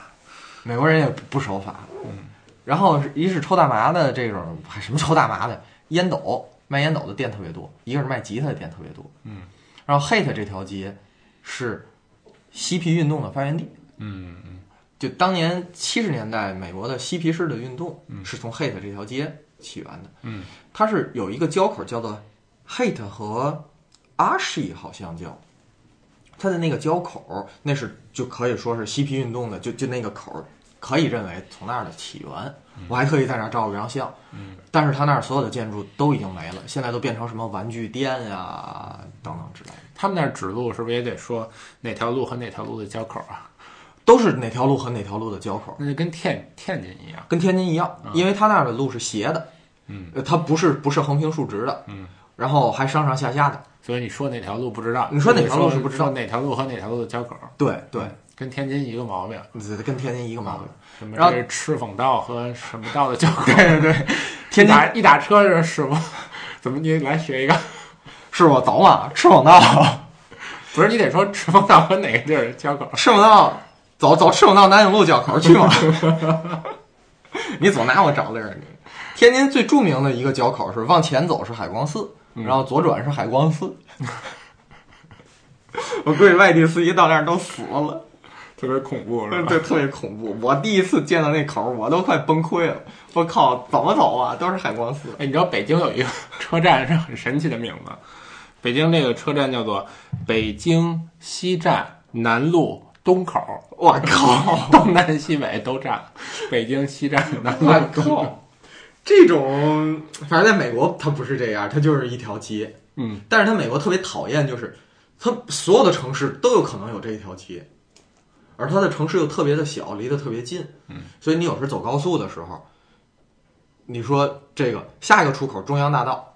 Speaker 1: 美国人也不守法，嗯，然后一是抽大麻的这种，还什么抽大麻的烟斗，卖烟斗的店特别多，一个是卖吉他的店特别多，
Speaker 2: 嗯，
Speaker 1: 然后 Hate 这条街是嬉皮运动的发源地，
Speaker 2: 嗯嗯
Speaker 1: 就当年七十年代美国的嬉皮士的运动是从 Hate 这条街起源的，
Speaker 2: 嗯
Speaker 1: 它是有一个交口叫做 Hate 和 Ashi 好像叫，它的那个交口那是就可以说是嬉皮运动的，就就那个口儿可以认为从那儿的起源。我还特意在那儿照了张相，
Speaker 2: 嗯，
Speaker 1: 但是它那儿所有的建筑都已经没了，现在都变成什么玩具店呀、等等之类的，
Speaker 2: 他们那儿指路是不是也得说哪条路和哪条路的交口啊？
Speaker 1: 都是哪条路和哪条路的交口。
Speaker 2: 那就跟天天津一样。
Speaker 1: 跟天津一样，因为它那儿的路是斜的，
Speaker 2: 嗯
Speaker 1: 呃，它不是不是横平竖直的，
Speaker 2: 嗯，
Speaker 1: 然后还上上下下的，
Speaker 2: 所以你说哪条路不知道，
Speaker 1: 你说哪条路是不知道
Speaker 2: 说哪条路和哪条路的交口，
Speaker 1: 对啊对，
Speaker 2: 跟天津一个毛病。
Speaker 1: 跟天津一个毛病。
Speaker 2: 什么
Speaker 1: 然后
Speaker 2: 这是赤峰道和什么道的交口？
Speaker 1: 对对对，天津
Speaker 2: 一打一打车就是师傅， 怎么你来学一个？
Speaker 1: 是我走嘛，赤峰道，
Speaker 2: 不是你得说赤峰道和哪个地儿交口？
Speaker 1: 赤峰道，走走赤峰道南影路脚口去嘛。 你总拿我找理儿，你。天津最著名的一个交口是往前走是海光寺，然后左转是海光寺。 我估计外地司机到那儿都死了。
Speaker 2: 特别恐怖是
Speaker 1: 对
Speaker 2: 吧？
Speaker 1: 对，特别恐怖。我第一次见到那口儿，我都快崩溃了。我靠，怎么走啊？都是海光寺。
Speaker 2: 哎，你知道北京有一个车站是很神奇的名字，北京这个车站叫做北京西站南路东口，
Speaker 1: 我靠！
Speaker 2: 东南西北都站。北京西站南路
Speaker 1: 我
Speaker 2: 东口，
Speaker 1: 啊靠！这种反正在美国它不是这样，它就是一条街。
Speaker 2: 嗯，
Speaker 1: 但是它美国特别讨厌，就是它所有的城市都有可能有这一条街，而它的城市又特别的小，离得特别近。嗯，所以你有时候走高速的时候，你说这个下一个出口中央大道，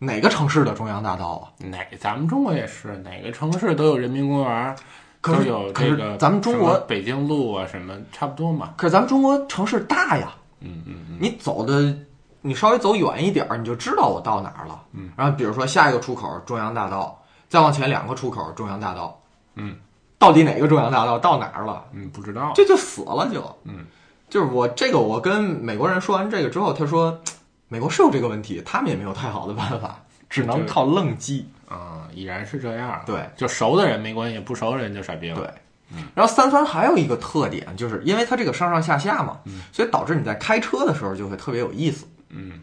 Speaker 1: 哪个城市的中央大道啊？
Speaker 2: 哪咱们中国也是，哪个城市都有人民公园，
Speaker 1: 可是
Speaker 2: 都有
Speaker 1: 可
Speaker 2: 这
Speaker 1: 是
Speaker 2: 个
Speaker 1: 咱们中国
Speaker 2: 什么北京路啊，什么差不多嘛。
Speaker 1: 可是咱们中国城市大呀，
Speaker 2: 嗯嗯嗯，
Speaker 1: 你走的你稍微走远一点儿，你就知道我到哪儿了。嗯，然后比如说下一个出口中央大道，再往前两个出口中央大道，
Speaker 2: 嗯，
Speaker 1: 到底哪个中央大道到哪儿了？
Speaker 2: 嗯，不知道，
Speaker 1: 这就死了就，
Speaker 2: 嗯，
Speaker 1: 就是我这个我跟美国人说完这个之后，他说美国是有这个问题，他们也没有太好的办法，只能靠愣记。
Speaker 2: 嗯，已然是这样。
Speaker 1: 对，
Speaker 2: 就熟的人没关系，不熟的人就傻逼了。
Speaker 1: 对，然后三番还有一个特点，就是因为它这个上上下下嘛，所以导致你在开车的时候就会特别有意思。
Speaker 2: 嗯，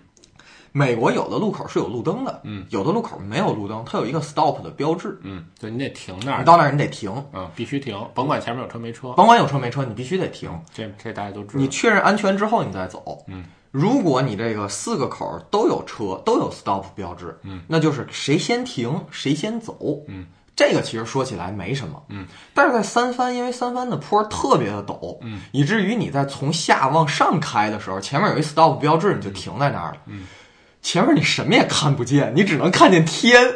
Speaker 1: 美国有的路口是有路灯的，
Speaker 2: 嗯，
Speaker 1: 有的路口没有路灯，它有一个 stop 的标志，
Speaker 2: 嗯，就你得停那
Speaker 1: 你
Speaker 2: 儿，
Speaker 1: 到那儿你得停，
Speaker 2: 嗯，必须停，甭管前面有车没车，
Speaker 1: 甭管有车没车，你必须得停。
Speaker 2: 这这大家都知道。
Speaker 1: 你确认安全之后，你再走。
Speaker 2: 嗯，
Speaker 1: 如果你这个四个口儿都有车，都有 stop 标志，
Speaker 2: 嗯，
Speaker 1: 那就是谁先停谁先走。
Speaker 2: 嗯，
Speaker 1: 这个其实说起来没什么。
Speaker 2: 嗯，
Speaker 1: 但是在三番，因为三番的坡儿特别的陡，
Speaker 2: 嗯，
Speaker 1: 以至于你在从下往上开的时候，前面有一 stop 标志，你就停在那儿了。嗯，前面你什么也看不见，你只能看见天，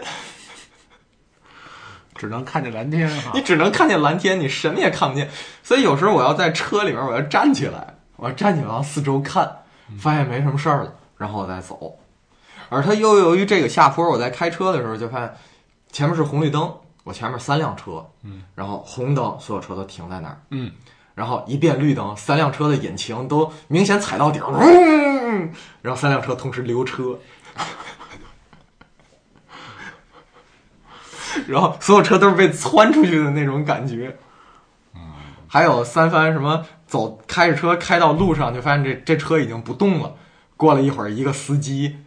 Speaker 2: 只能看见蓝天哈
Speaker 1: 你。只能看见蓝天，你什么也看不见。所以有时候我要在车里面，我要站起来，我要站起来往四周看，发现没什么事儿了，然后我再走。而它又由于这个下坡，我在开车的时候就发现前面是红绿灯，我前面三辆车，嗯，然后红灯，所有车都停在那儿，
Speaker 2: 嗯，
Speaker 1: 然后一变绿灯，三辆车的引擎都明显踩到底儿，嗡然后三辆车同时溜车， 然后所有车都是被窜出去的那种感觉。还有三番什么走开着车开到路上，就发现这这车已经不动了。过了一会儿，一个司机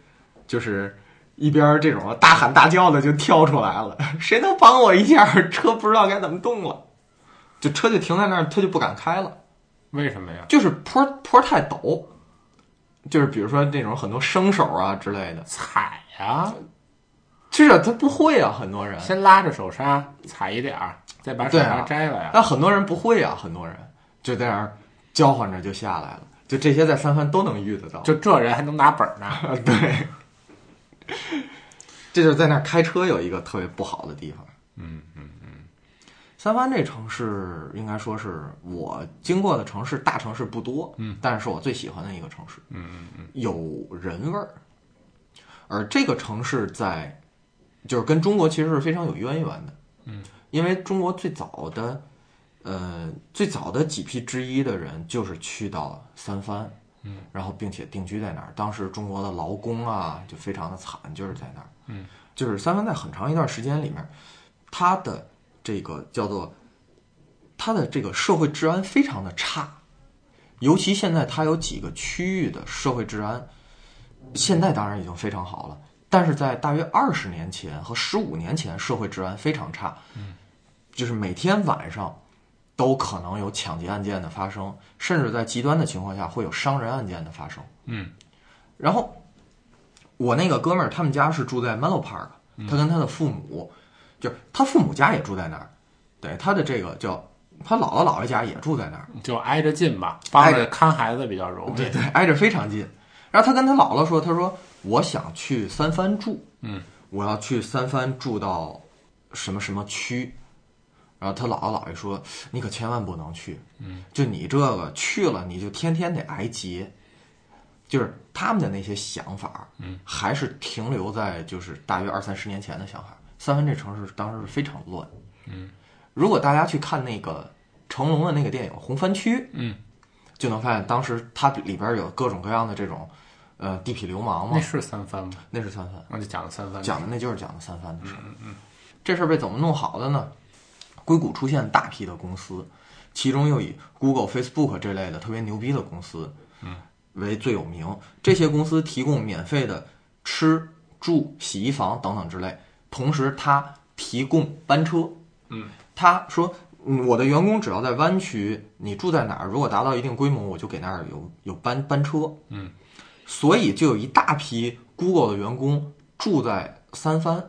Speaker 1: 就是一边这种大喊大叫的就跳出来了， 谁能帮我一下？车不知道该怎么动了，就车就停在那儿，他就不敢开了。
Speaker 2: 为什么呀？
Speaker 1: 就是坡坡太陡，就是比如说那种很多生手啊之类的，
Speaker 2: 踩呀，
Speaker 1: 就是他不会啊，很多人。
Speaker 2: 先拉着手刹踩一点儿，再把手
Speaker 1: 对
Speaker 2: 刹
Speaker 1: 啊
Speaker 2: 摘了呀。
Speaker 1: 但很多人不会啊，很多人就在那儿交换着就下来了，就这些在三番都能遇得到。
Speaker 2: 就这人还能拿本儿呢。
Speaker 1: 啊， 对，这就是在那儿开车有一个特别不好的地方。
Speaker 2: 嗯
Speaker 1: 嗯嗯，三藩这城市应该说是我经过的城市，大城市不多，嗯，但是是我最喜欢的一个城市。嗯嗯嗯，有人味儿，而这个城市在就是跟中国其实是非常有渊源的。嗯，因为中国最早的。呃，最早的几批之一的人就是去到三藩，然后并且定居在那儿。当时中国的劳工啊，就非常的惨，就是在那儿。
Speaker 2: 嗯，
Speaker 1: 就是三藩在很长一段时间里面，它的这个叫做它的这个社会治安非常的差，尤其现在它有几个区域的社会治安，现在当然已经非常好了，但是在大约二十年前和十五年前，社会治安非常差。嗯，就是每天晚上。都可能有抢劫案件的发生，甚至在极端的情况下会有伤人案件的发生。
Speaker 2: 嗯，
Speaker 1: 然后我那个哥们儿他们家是住在 Menlo Park，他跟他的父母，就是他父母家也住在那儿，对他的这个叫他姥姥姥爷家也住在那儿，
Speaker 2: 嗯就挨着近吧，帮
Speaker 1: 挨
Speaker 2: 着
Speaker 1: 着
Speaker 2: 看孩子比较容易。
Speaker 1: 对对，挨着非常近。然后他跟他姥姥说，他说我想去三藩住，
Speaker 2: 嗯，
Speaker 1: 我要去三藩住到什么什么区。然后他姥姥姥爷说：“你可千万不能去，嗯，就你这个去了，你就天天得挨劫。”就是他们的那些想法，嗯，还是停留在就是大约二三十年前的想法。三藩这城市当时是非常乱，嗯，如果大家去看那个成龙的那个电影《红番区》，
Speaker 2: 嗯，
Speaker 1: 就能发现当时它里边有各种各样的这种，呃，地痞流氓嘛
Speaker 2: 那，是三番吗？
Speaker 1: 那是三藩。
Speaker 2: 那就讲了三番。嗯
Speaker 1: 讲的那就是讲的三藩的事儿。这事儿被怎么弄好的呢？硅谷出现大批的公司，其中又以 Google、Facebook 这类的特别牛逼的公司，嗯，为最有名。这些公司提供免费的吃住、洗衣房等等之类，同时它提供班车。
Speaker 2: 嗯，
Speaker 1: 他说。嗯我的员工只要在湾区，你住在哪儿，如果达到一定规模，我就给那儿有有班班车。所以就有一大批 Google 的员工住在三藩。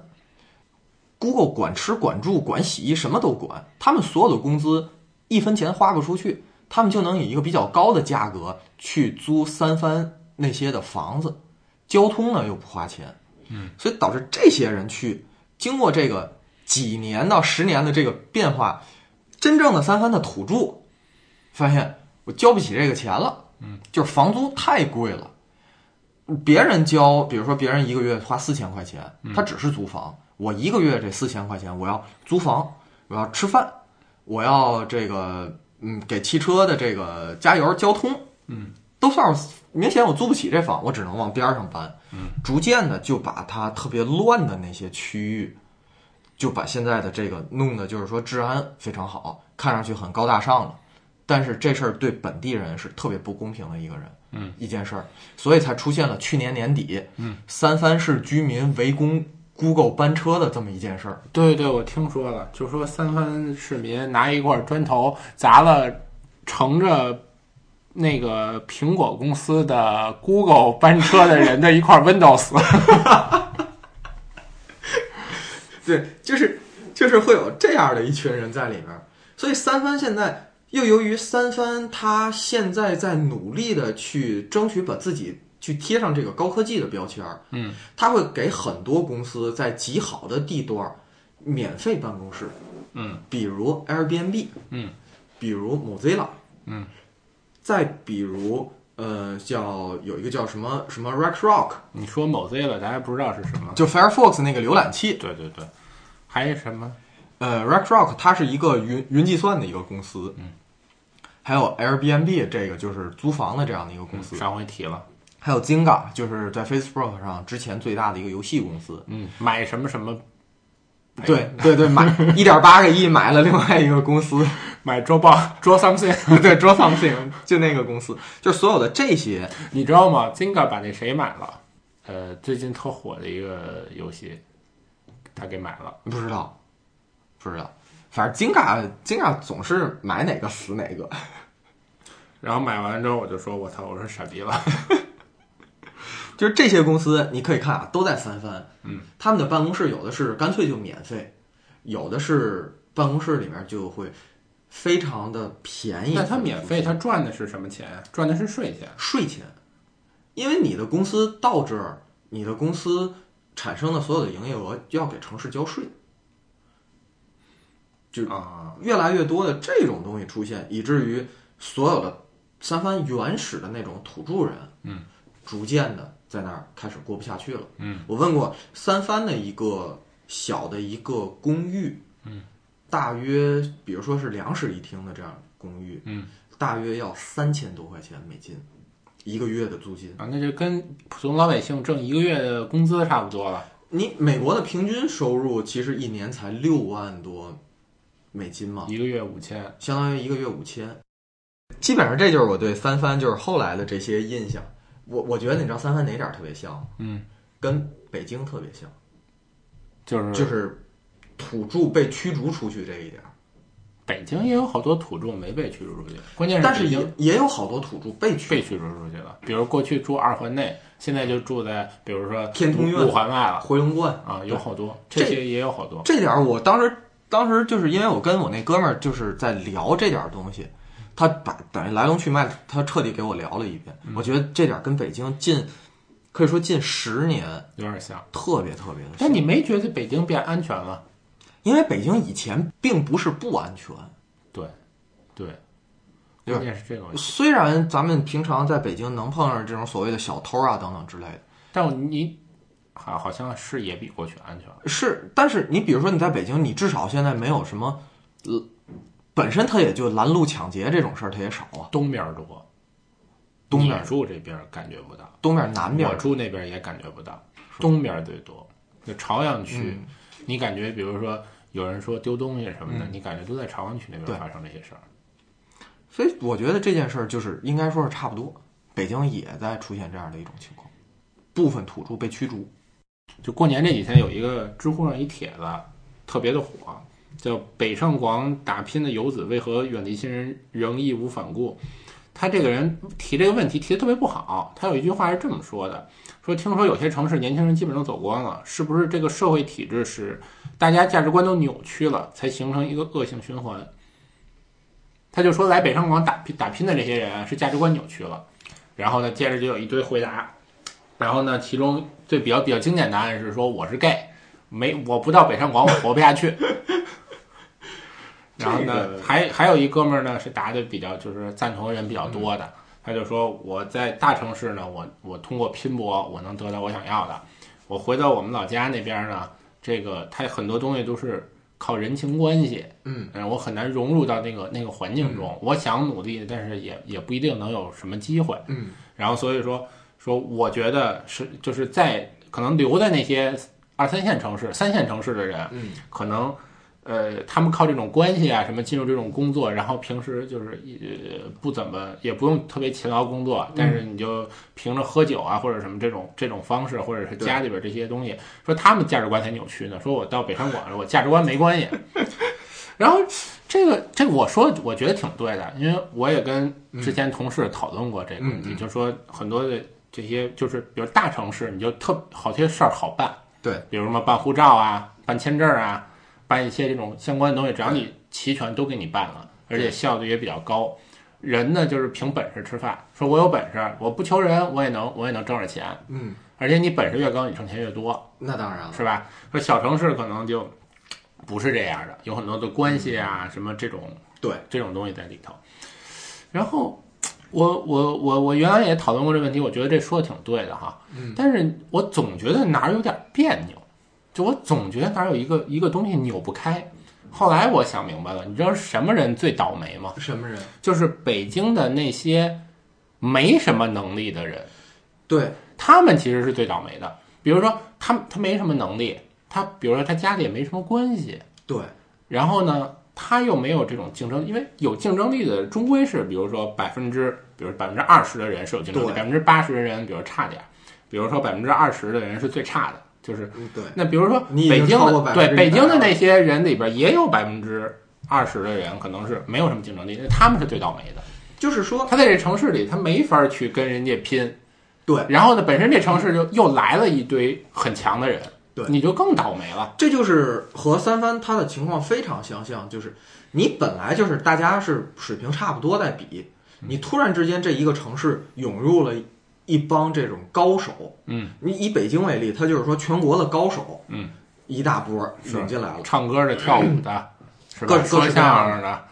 Speaker 1: Google 管吃管住管洗衣什么都管，他们所有的工资一分钱花不出去，他们就能以一个比较高的价格去租三藩那些的房子，交通呢又不花钱，嗯，所以导致这些人去经过这个几年到十年的这个变化，真正的三藩的土著发现我交不起这个钱了，嗯，就是房租太贵了，别人交，比如说别人一个月花四千块钱，
Speaker 2: 嗯
Speaker 1: 他只是租房，我一个月这四千块钱，我要租房，我要吃饭，我要这个嗯给汽车的这个加油交通，
Speaker 2: 嗯，
Speaker 1: 都算是明显我租不起这房，我只能往边上搬，
Speaker 2: 嗯，
Speaker 1: 逐渐的就把它特别乱的那些区域。就把现在的这个弄的，就是说治安非常好，看上去很高大上了，但是这事儿对本地人是特别不公平的一个人，
Speaker 2: 嗯，
Speaker 1: 一件事儿，所以才出现了去年年底，
Speaker 2: 嗯，
Speaker 1: 三藩市居民围攻 Google 班车的这么一件事儿，
Speaker 2: 对对，我听说了，就说三藩市民拿一块砖头砸了乘着那个苹果公司的 Google 班车的人的一块 Windows。
Speaker 1: 对，就是就是会有这样的一群人在里边儿，所以三番现在又由于三番他现在在努力的去争取把自己去贴上这个高科技的标签儿，
Speaker 2: 嗯，
Speaker 1: 他会给很多公司在极好的地段儿免费办公室，
Speaker 2: 嗯
Speaker 1: 比如 Airbnb，
Speaker 2: 嗯
Speaker 1: 比如 Mozilla，
Speaker 2: 嗯，
Speaker 1: 再比如呃叫有一个叫什么什么 Rex Rock，
Speaker 2: 你说某 Z 了，大家不知道是什么？
Speaker 1: 就 Firefox 那个浏览器，
Speaker 2: 对对对，还有什么？
Speaker 1: 呃，RackRock 它是一个云云计算的一个公司，
Speaker 2: 嗯，
Speaker 1: 还有 Airbnb 这个就是租房的这样的一个公司，
Speaker 2: 上回提了，
Speaker 1: 还有 Zynga 就是在 Facebook 上之前最大的一个游戏公司，
Speaker 2: 嗯，买什么什么，哎
Speaker 1: 对对对，买一点八个亿买了另外一个公 司，
Speaker 2: 买桌棒桌 something，
Speaker 1: 对，Draw Something 就那个公司，就是所有的这些，
Speaker 2: 你知道吗？Zynga 把那谁买了？呃，最近特火的一个游戏，他给买了。
Speaker 1: 不知道不知道，反正 Zynga Zynga 总是买哪个死哪个，
Speaker 2: 然后买完之后我就说：“我操，我说傻逼了。”
Speaker 1: 就是这些公司，你可以看啊，都在三番，
Speaker 2: 嗯，
Speaker 1: 他们的办公室有的是干脆就免费，有的是办公室里面就会非常的便宜。
Speaker 2: 那他免费，他赚的是什么钱？赚的是税钱。
Speaker 1: 税前，因为你的公司到这儿，你的公司产生的所有的营业额要给城市交税。就
Speaker 2: 啊，
Speaker 1: 越来越多的这种东西出现，以至于所有的三藩原始的那种土著人，
Speaker 2: 嗯，
Speaker 1: 逐渐的在那儿开始过不下去了。
Speaker 2: 嗯，
Speaker 1: 我问过三藩的一个小的一个公寓，
Speaker 2: 嗯，
Speaker 1: 大约比如说是两室一厅的这样公寓，
Speaker 2: 嗯，
Speaker 1: 大约要三千多块钱美金一个月的租金。
Speaker 2: 啊，那就跟普通老百姓挣一个月的工资差不多了。
Speaker 1: 你美国的平均收入其实一年才六万多美金嘛，
Speaker 2: 一个月五千，
Speaker 1: 相当于一个月五千。基本上这就是我对三番就是后来的这些印象。我我觉得你知道三番哪点儿特别像吗？
Speaker 2: 嗯，
Speaker 1: 跟北京特别像，
Speaker 2: 就是
Speaker 1: 就是土著被驱逐出去这一点儿。
Speaker 2: 北京也有好多土著没被驱逐出去，关键
Speaker 1: 但
Speaker 2: 是
Speaker 1: 是
Speaker 2: 北
Speaker 1: 也
Speaker 2: 京
Speaker 1: 也有好多土著被驱
Speaker 2: 被驱逐出去了。比如过去住二环内，现在就住在比如说
Speaker 1: 天通苑
Speaker 2: 五环外了
Speaker 1: 回龙观。
Speaker 2: 啊，有好多
Speaker 1: 这
Speaker 2: 这些也有好多。
Speaker 1: 这点儿我当时当时就是因为我跟我那哥们儿就是在聊这点儿东西，他把等于来龙去脉他彻底给我聊了一遍。
Speaker 2: 嗯
Speaker 1: 我觉得这点儿跟北京近可以说近十年
Speaker 2: 有点像，
Speaker 1: 特别特别的像。
Speaker 2: 但你没觉得北京变安全了？
Speaker 1: 因为北京以前并不是不安全，
Speaker 2: 对，对，
Speaker 1: 对
Speaker 2: 关键是这个问题。
Speaker 1: 虽然咱们平常在北京能碰上这种所谓的小偷啊等等之类的，
Speaker 2: 但你好，好像是也比过去安全了。
Speaker 1: 是，但是你比如说你在北京，你至少现在没有什么，呃，本身它也就拦路抢劫这种事儿，它也少啊。
Speaker 2: 东边儿多，
Speaker 1: 东边
Speaker 2: 你住这边儿感觉不到，
Speaker 1: 东边、南边
Speaker 2: 我，住那边儿也感觉不到，东边儿最多。就朝阳区，
Speaker 1: 嗯
Speaker 2: 你感觉比如说有人说丢东西什么的，你感觉都在朝阳区那
Speaker 1: 嗯对
Speaker 2: 边发生这些事儿。
Speaker 1: 所以我觉得这件事儿就是应该说是差不多，北京也在出现这样的一种情况，部分土著被驱逐。
Speaker 2: 就过年这几天有一个知乎上一帖子特别的火，叫“北上广打拼的游子为何远离亲人仍义无反顾”。他这个人提这个问题提的特别不好，他有一句话是这么说的：说听说有些城市年轻人基本都走光了，是不是这个社会体制使大家价值观都扭曲了，才形成一个恶性循环？他就说来北上广打拼打拼的这些人啊是价值观扭曲了，然后呢，接着就有一堆回答，然后呢，其中最比较比较经典的答案是说我是 gay，没我不到北上广我活不下去。然后呢，
Speaker 1: 这个
Speaker 2: 还还有一哥们儿呢是答的比较就是赞同的人比较多的，他就说我在大城市呢，我我通过拼搏我能得到我想要的，我回到我们老家那边呢，这个他很多东西都是靠人情关系，
Speaker 1: 嗯
Speaker 2: 嗯，我很难融入到那个那个环境中。我想努力，但是也也不一定能有什么机会。
Speaker 1: 嗯，
Speaker 2: 然后所以说说，我觉得是就是在可能留在那些二三线城市、三线城市的人，
Speaker 1: 嗯，
Speaker 2: 可能呃，他们靠这种关系啊什么进入这种工作，然后平时就是呃不怎么也不用特别勤劳工作，但
Speaker 1: 嗯
Speaker 2: 是你就凭着喝酒啊或者什么这种这种方式，或者是
Speaker 1: 对
Speaker 2: 家里边这些东西，说他们价值观才扭曲呢。说我到北上广了，我价值观 没关系。然后这个这个我说我觉得挺对的，因为我也跟之前同事讨论过这个问题，
Speaker 1: 嗯嗯嗯
Speaker 2: 就说很多的这些就是比如大城市，你就特好些事儿好办，
Speaker 1: 对，
Speaker 2: 比如什么办护照啊、办签证啊、办一些这种相关的东西，只要你齐全都给你办了，而且效率也比较高。人呢就是凭本事吃饭，说我有本事，我不求人，我也能我也能挣着钱，
Speaker 1: 嗯，
Speaker 2: 而且你本事越高，你挣钱越多。
Speaker 1: 那当然了，
Speaker 2: 是吧？说小城市可能就不是这样的，有很多的关系啊，什么这种
Speaker 1: 对
Speaker 2: 这种东西在里头。然后我我我我原来也讨论过这问题，我觉得这说的挺对的哈，
Speaker 1: 嗯
Speaker 2: 但是我总觉得哪儿有点别扭，就我总觉得哪儿有一个一个东西扭不开。后来我想明白了，你知道什么人最倒霉吗？
Speaker 1: 什么人？
Speaker 2: 就是北京的那些没什么能力的人。
Speaker 1: 对，
Speaker 2: 他们其实是最倒霉的。比如说，他他没什么能力，他比如说他家里也没什么关系，
Speaker 1: 对，
Speaker 2: 然后呢，他又没有这种竞争，因为有竞争力的终归是，比如说百分之，比如百分之二十的人是有竞争力，
Speaker 1: 对
Speaker 2: 百分之八十的人比如差点儿，比如说百分之二十的人是最差的，就是
Speaker 1: 嗯，对，
Speaker 2: 那比如说
Speaker 1: 你已
Speaker 2: 北
Speaker 1: 经
Speaker 2: 京
Speaker 1: 超过
Speaker 2: 的
Speaker 1: 100%
Speaker 2: 对北京的那些人里边也有百分之二十的人可能是没有什么竞争力，那他们是最倒霉的。
Speaker 1: 就是说，
Speaker 2: 他在这城市里，他没法去跟人家拼，
Speaker 1: 对，
Speaker 2: 然后呢，本身这城市就又来了一堆很强的人，
Speaker 1: 对
Speaker 2: 你就更倒霉了。
Speaker 1: 这就是和三番他的情况非常相像，就是你本来就是大家是水平差不多在比，
Speaker 2: 嗯
Speaker 1: 你突然之间这一个城市涌入了一帮这种高手，
Speaker 2: 嗯，
Speaker 1: 你以北京为例，他就是说全国的高手，
Speaker 2: 嗯，
Speaker 1: 一大波
Speaker 2: 是
Speaker 1: 涌进来了，
Speaker 2: 唱歌的、跳舞的，是吧
Speaker 1: 各？
Speaker 2: 说
Speaker 1: 各式各
Speaker 2: 相
Speaker 1: 样
Speaker 2: 声的，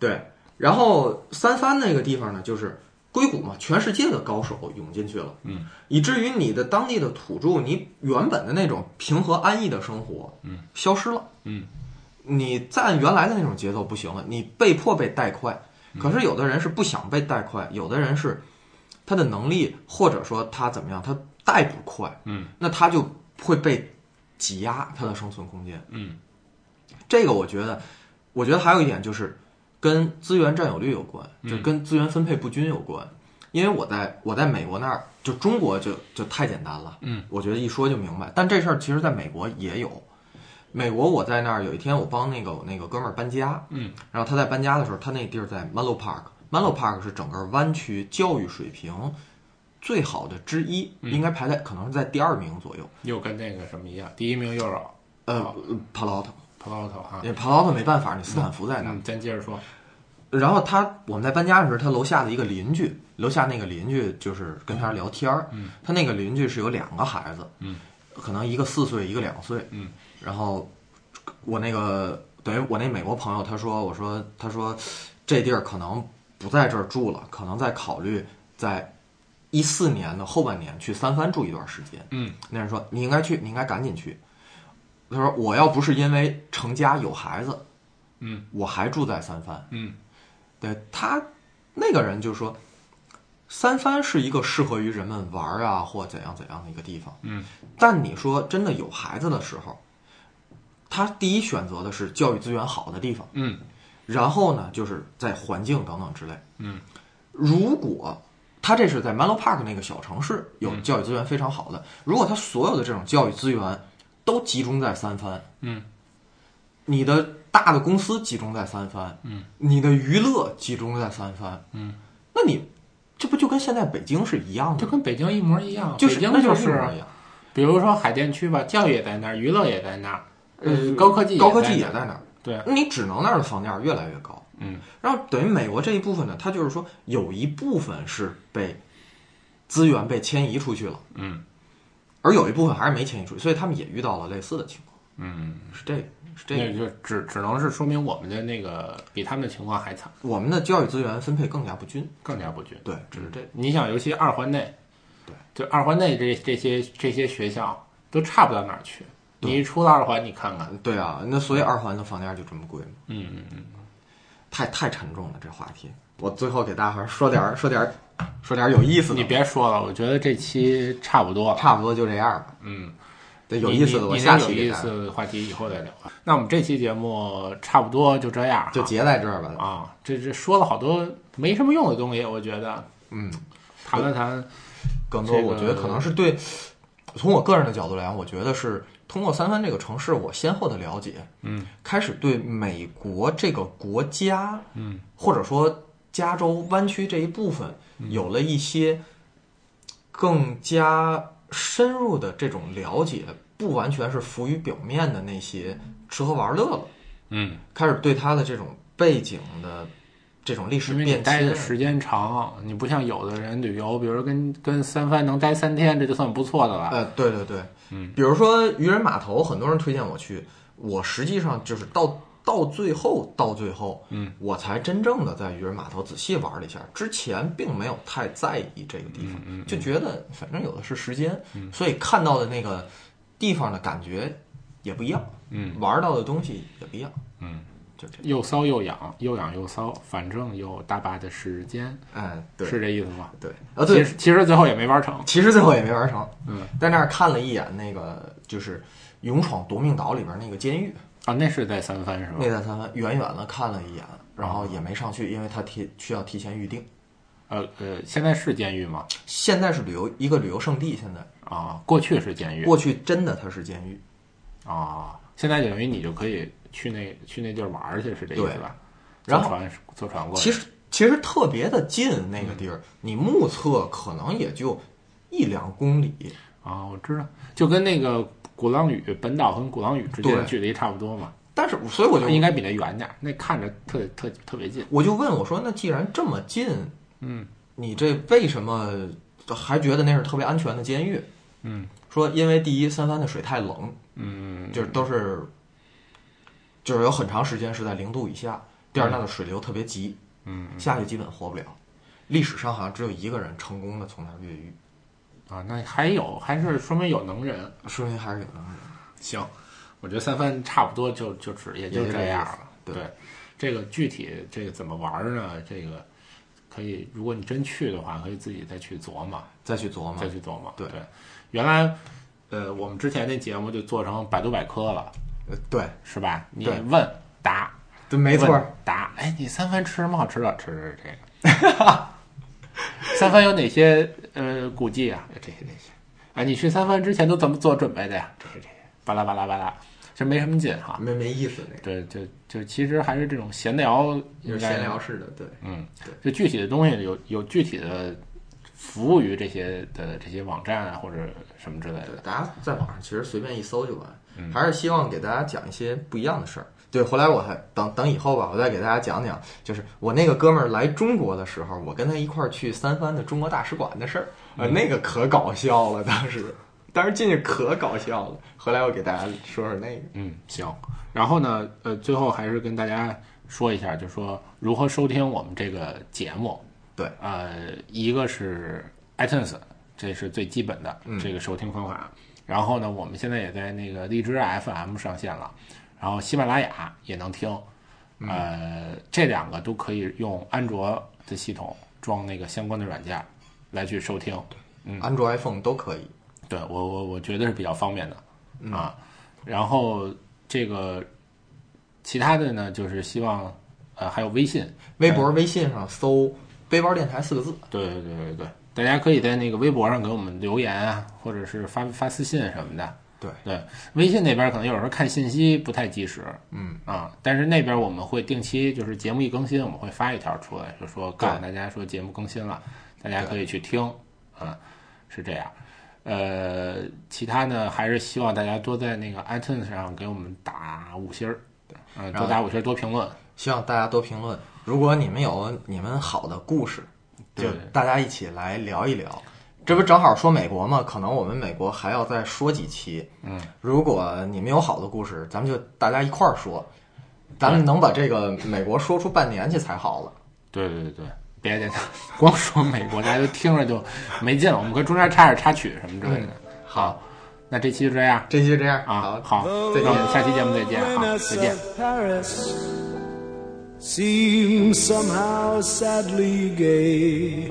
Speaker 1: 对。然后三番那个地方呢，就是硅谷嘛，全世界的高手涌进去了，
Speaker 2: 嗯，
Speaker 1: 以至于你的当地的土著，你原本的那种平和安逸的生活，
Speaker 2: 嗯，
Speaker 1: 消失了。
Speaker 2: 嗯，
Speaker 1: 你再按原来的那种节奏不行了，你被迫被带快。
Speaker 2: 嗯
Speaker 1: 可是有的人是不想被带快，有的人是他的能力或者说他怎么样，他带不快，
Speaker 2: 嗯，
Speaker 1: 那他就会被挤压他的生存空间。
Speaker 2: 嗯，
Speaker 1: 这个我觉得，我觉得还有一点就是跟资源占有率有关，
Speaker 2: 嗯
Speaker 1: 就跟资源分配不均有关。因为我在我在美国那儿，就中国就就太简单了，
Speaker 2: 嗯，
Speaker 1: 我觉得一说就明白。但这事儿其实在美国也有。美国我在那儿有一天，我帮那个我那个哥们儿搬家，
Speaker 2: 嗯，
Speaker 1: 然后他在搬家的时候，他那地儿在 Menlo Park，Menlo Park 是整个湾区教育水平最好的之一，
Speaker 2: 嗯
Speaker 1: 应该排在可能是在第二名左右。
Speaker 2: 又跟那个什么一样，第一名又是
Speaker 1: 呃，Palo Alto，
Speaker 2: Palo Alto 啊。
Speaker 1: 因为 Palo Alto 没办法，你斯坦福在那儿。
Speaker 2: 嗯，咱接着说，
Speaker 1: 然后他我们在搬家的时候，他楼下的一个邻居，楼下那个邻居就是跟他聊天儿，
Speaker 2: 嗯
Speaker 1: 他那个邻居是有两个孩子，
Speaker 2: 嗯，
Speaker 1: 可能一个四岁，一个两岁，
Speaker 2: 嗯，
Speaker 1: 然后我那个等于我那美国朋友他说，我说他说这地儿可能不在这儿住了，可能在考虑在一四年的后半年去三藩住一段时间，
Speaker 2: 嗯
Speaker 1: 那人说你应该去，你应该赶紧去。他说我要不是因为成家有孩子，
Speaker 2: 嗯
Speaker 1: 我还住在三藩。
Speaker 2: 嗯
Speaker 1: 对他那个人就说，三藩是一个适合于人们玩儿啊或怎样怎样的一个地方。
Speaker 2: 嗯
Speaker 1: 但你说真的有孩子的时候，他第一选择的是教育资源好的地方，
Speaker 2: 嗯
Speaker 1: 然后呢就是在环境等等之类。
Speaker 2: 嗯
Speaker 1: 如果他这是在 Menlo Park 那个小城市有教育资源非常好的，如果他所有的这种教育资源都集中在三藩，
Speaker 2: 嗯
Speaker 1: 你的大的公司集中在三藩，
Speaker 2: 嗯，
Speaker 1: 你的娱乐集中在三藩，
Speaker 2: 嗯，
Speaker 1: 那你这不就跟现在北京是一样的
Speaker 2: 就
Speaker 1: 吗？
Speaker 2: 跟北京一模一样。
Speaker 1: 就是
Speaker 2: 北京
Speaker 1: 那
Speaker 2: 就
Speaker 1: 就是一模一样，
Speaker 2: 比如说海淀区吧，教育也在那儿，娱乐也在那儿，
Speaker 1: 呃
Speaker 2: 高科技也
Speaker 1: 高科技也
Speaker 2: 在那儿
Speaker 1: 在那儿，
Speaker 2: 对，
Speaker 1: 你只能那儿的房价越来越高。
Speaker 2: 嗯
Speaker 1: 然后等于美国这一部分呢，它就是说有一部分是被资源被迁移出去了，
Speaker 2: 嗯
Speaker 1: 而有一部分还是没迁移出去，所以他们也遇到了类似的情况。
Speaker 2: 嗯，
Speaker 1: 是这个，是这
Speaker 2: 那
Speaker 1: 个。
Speaker 2: 就只只能是说明我们的那个比他们的情况还惨，
Speaker 1: 我们的教育资源分配更加不均。
Speaker 2: 更加不均。
Speaker 1: 对，
Speaker 2: 只是这，你想，尤其二环内，
Speaker 1: 对，
Speaker 2: 就二环内这这些这些学校都差不到哪儿去。你一出了二环，你看看，
Speaker 1: 对啊，那所以二环的房价就这么贵吗？
Speaker 2: 嗯嗯嗯，
Speaker 1: 太太沉重了，这话题。我最后给大伙儿说点儿，说点儿，说点儿有意思的。
Speaker 2: 你别说了，我觉得这期差不多了。
Speaker 1: 差不多就这样吧。
Speaker 2: 嗯，
Speaker 1: 对，有意思的
Speaker 2: 你
Speaker 1: 我
Speaker 2: 你
Speaker 1: 下
Speaker 2: 你这
Speaker 1: 期
Speaker 2: 有
Speaker 1: 给
Speaker 2: 意
Speaker 1: 大家
Speaker 2: 思的话题以后再聊吧。那我们这期节目差不多就这样哈，
Speaker 1: 就结在这儿吧。
Speaker 2: 啊，这这说了好多没什么用的东西，我觉得
Speaker 1: 嗯，
Speaker 2: 谈了谈，
Speaker 1: 更多
Speaker 2: 这个
Speaker 1: 我觉得可能是对，从我个人的角度来讲，我觉得是通过三藩这个城市，我先后的了解，
Speaker 2: 嗯，
Speaker 1: 开始对美国这个国家，嗯，或者说加州湾区这一部分，
Speaker 2: 嗯
Speaker 1: 有了一些更加深入的这种了解，不完全是浮于表面的那些吃喝玩乐了。
Speaker 2: 嗯，
Speaker 1: 开始对它的这种背景的这种历史
Speaker 2: 因为你
Speaker 1: 变
Speaker 2: 待
Speaker 1: 迁
Speaker 2: 的，时间长，你不像有的人旅游，比如跟跟三藩能待三天，这就算不错的了。
Speaker 1: 呃，对对对，嗯，比如说渔人码头，很多人推荐我去，我实际上就是到到最后到最后，嗯，我才真正的在渔人码头仔细玩了一下，之前并没有太在意这个地
Speaker 2: 嗯
Speaker 1: 方，就觉得反正有的是时间，所以看到的那个地方的感觉也不一样，
Speaker 2: 嗯，
Speaker 1: 玩到的东西也不一样，
Speaker 2: 嗯，
Speaker 1: 就这样，
Speaker 2: 又骚又痒，又痒又骚，反正有大把的时间，
Speaker 1: 哎，对，
Speaker 2: 是这意思吗？
Speaker 1: 对，啊，对
Speaker 2: 其，实其实最后也没玩成。
Speaker 1: 其实最后也没玩成。
Speaker 2: 嗯，
Speaker 1: 在那儿看了一眼那个就是《勇闯夺命岛》里边那个监狱，
Speaker 2: 啊，那是在三藩是吧
Speaker 1: 那？在三藩远远的看了一眼，然后也没上去，因为它提需要提前预定。
Speaker 2: 呃呃，现在是监狱吗？
Speaker 1: 现在是旅游一个旅游胜地，现在
Speaker 2: 啊，过去是监狱
Speaker 1: 过去真的它是监狱，
Speaker 2: 啊，现在等于你就可以去那去那地儿玩儿去，是这意思
Speaker 1: 对
Speaker 2: 吧？
Speaker 1: 然后
Speaker 2: 坐船坐船过去，嗯
Speaker 1: 其实其实特别的近那个地儿，你目测可能也就一两公里。
Speaker 2: 啊，我知道，就跟那个鼓浪屿本岛和鼓浪屿之间
Speaker 1: 对
Speaker 2: 距离差不多嘛，
Speaker 1: 但是所以我就
Speaker 2: 应该比那远点儿，那看着特特特别近。
Speaker 1: 我就问我说，那既然这么近，
Speaker 2: 嗯，
Speaker 1: 你这为什么还觉得那是特别安全的监狱？
Speaker 2: 嗯，
Speaker 1: 说因为第一，三藩的水太冷，
Speaker 2: 嗯，
Speaker 1: 就是都是，就是有很长时间是在零度以下。第二，那个水流特别急，
Speaker 2: 嗯，
Speaker 1: 下去基本活不了。历史上好像只有一个人成功的从那儿越狱，
Speaker 2: 啊，那还有还是说明有能人。
Speaker 1: 说明还是有能人。
Speaker 2: 行，我觉得三番差不多就就只也就
Speaker 1: 也就
Speaker 2: 这
Speaker 1: 这
Speaker 2: 样
Speaker 1: 意思
Speaker 2: 了。
Speaker 1: 对
Speaker 2: 这个具体这个怎么玩儿呢？这个可以，如果你真去的话，可以自己再去琢磨。
Speaker 1: 再去琢磨
Speaker 2: 再，去琢磨。
Speaker 1: 对
Speaker 2: 原来呃，我们之前那节目就做成百度百科了，
Speaker 1: 呃对，
Speaker 2: 是吧？你
Speaker 1: 对
Speaker 2: 问答，
Speaker 1: 对，没错
Speaker 2: 问
Speaker 1: 儿，
Speaker 2: 答。哎，你三番吃什么好吃的？吃吃这个。 三番有哪些呃古迹啊？这些这些。哎，你去三番之前都怎么做准备的呀？这些这些，巴拉巴拉巴拉，这没什么劲哈。
Speaker 1: 没没意思那个，
Speaker 2: 对，就就其实还是这种闲聊，
Speaker 1: 就是
Speaker 2: 应该
Speaker 1: 闲聊式的，对，
Speaker 2: 嗯
Speaker 1: 对，
Speaker 2: 就具体的东西有有具体的服务于这些的这些网站啊或者什么之类
Speaker 1: 对
Speaker 2: 的。，
Speaker 1: 哎大家在网上其实随便一搜就完，还是希望给大家讲一些不一样的事儿。对，回来我还等等以后吧，我再给大家讲讲，就是我那个哥们儿来中国的时候，我跟他一块儿去三藩的中国大使馆的事儿，呃，那个可搞笑了，当时，当时进去可搞笑了。回来我给大家说说那个，
Speaker 2: 嗯，行。然后呢，呃，最后还是跟大家说一下，就说如何收听我们这个节目。
Speaker 1: 对，
Speaker 2: 呃，一个是 iTunes，这是最基本的这个收听方法。然后呢，我们现在也在那个荔枝 FM 上线了，然后喜马拉雅也能听。呃，这两个都可以用安卓的系统装那个相关的软件来去收听。
Speaker 1: 安卓、iPhone 都可以。
Speaker 2: 对我我我觉得是比较方便的、啊。然后这个其他的呢，就是希望呃还有微信，
Speaker 1: 微博、微信上搜“背包电台”四个字，
Speaker 2: 对对对对对，大家可以在那个微博上给我们留言啊，或者是发发私信什么的。
Speaker 1: 对
Speaker 2: 对，微信那边可能有时候看信息不太及时，嗯啊，但是那边我们会定期就是节目一更新，我们会发一条出来，就说告诉大家说节目更新了，大家可以去听啊，是这样。呃，其他呢还是希望大家多在那个 iTunes 上给我们打五星儿，嗯、
Speaker 1: 然
Speaker 2: 多
Speaker 1: 后
Speaker 2: 打五星儿，多评论，
Speaker 1: 希望大家多评论。如果你们有你们好的故事，就
Speaker 2: 对
Speaker 1: 大家一起来聊一聊。这不正好说美国吗？可能我们美国还要再说几期。
Speaker 2: 嗯，
Speaker 1: 如果你们有好的故事，咱们就大家一块儿说，咱们能把这个美国说出半年去才好了。
Speaker 2: 对对对对，别别别，光说美国，大家就听着就没劲了。我们可以中间插点插曲什么之类的。好，那这期就这样
Speaker 1: 这期就这样
Speaker 2: 啊。
Speaker 1: 好，
Speaker 2: 好，那我们下期节目再见。啊好，
Speaker 3: Loneliness
Speaker 2: 再见。
Speaker 3: of Paris seems somehow sadly gay.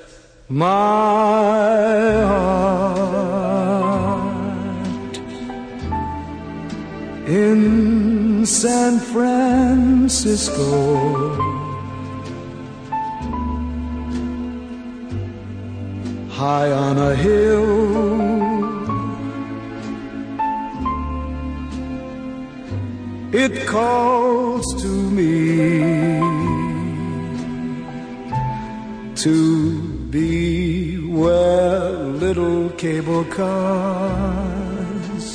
Speaker 3: my heart in San Francisco. High on a hill it calls to me to be where little cable cars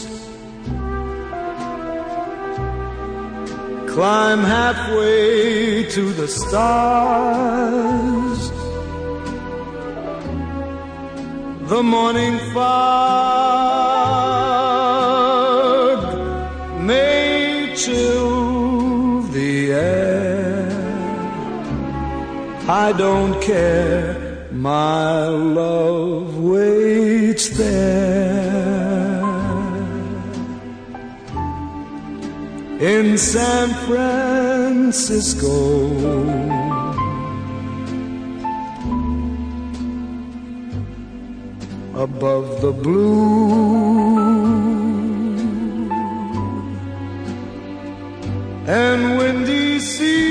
Speaker 3: climb halfway to the stars. The morning fog may chill the air. I don't care, my love waits there in San Francisco. Above the blue and windy sea.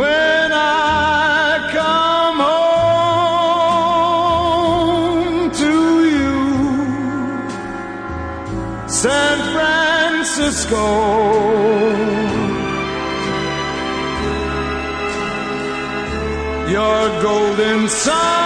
Speaker 3: When I come home to you, San Francisco. Your golden sun.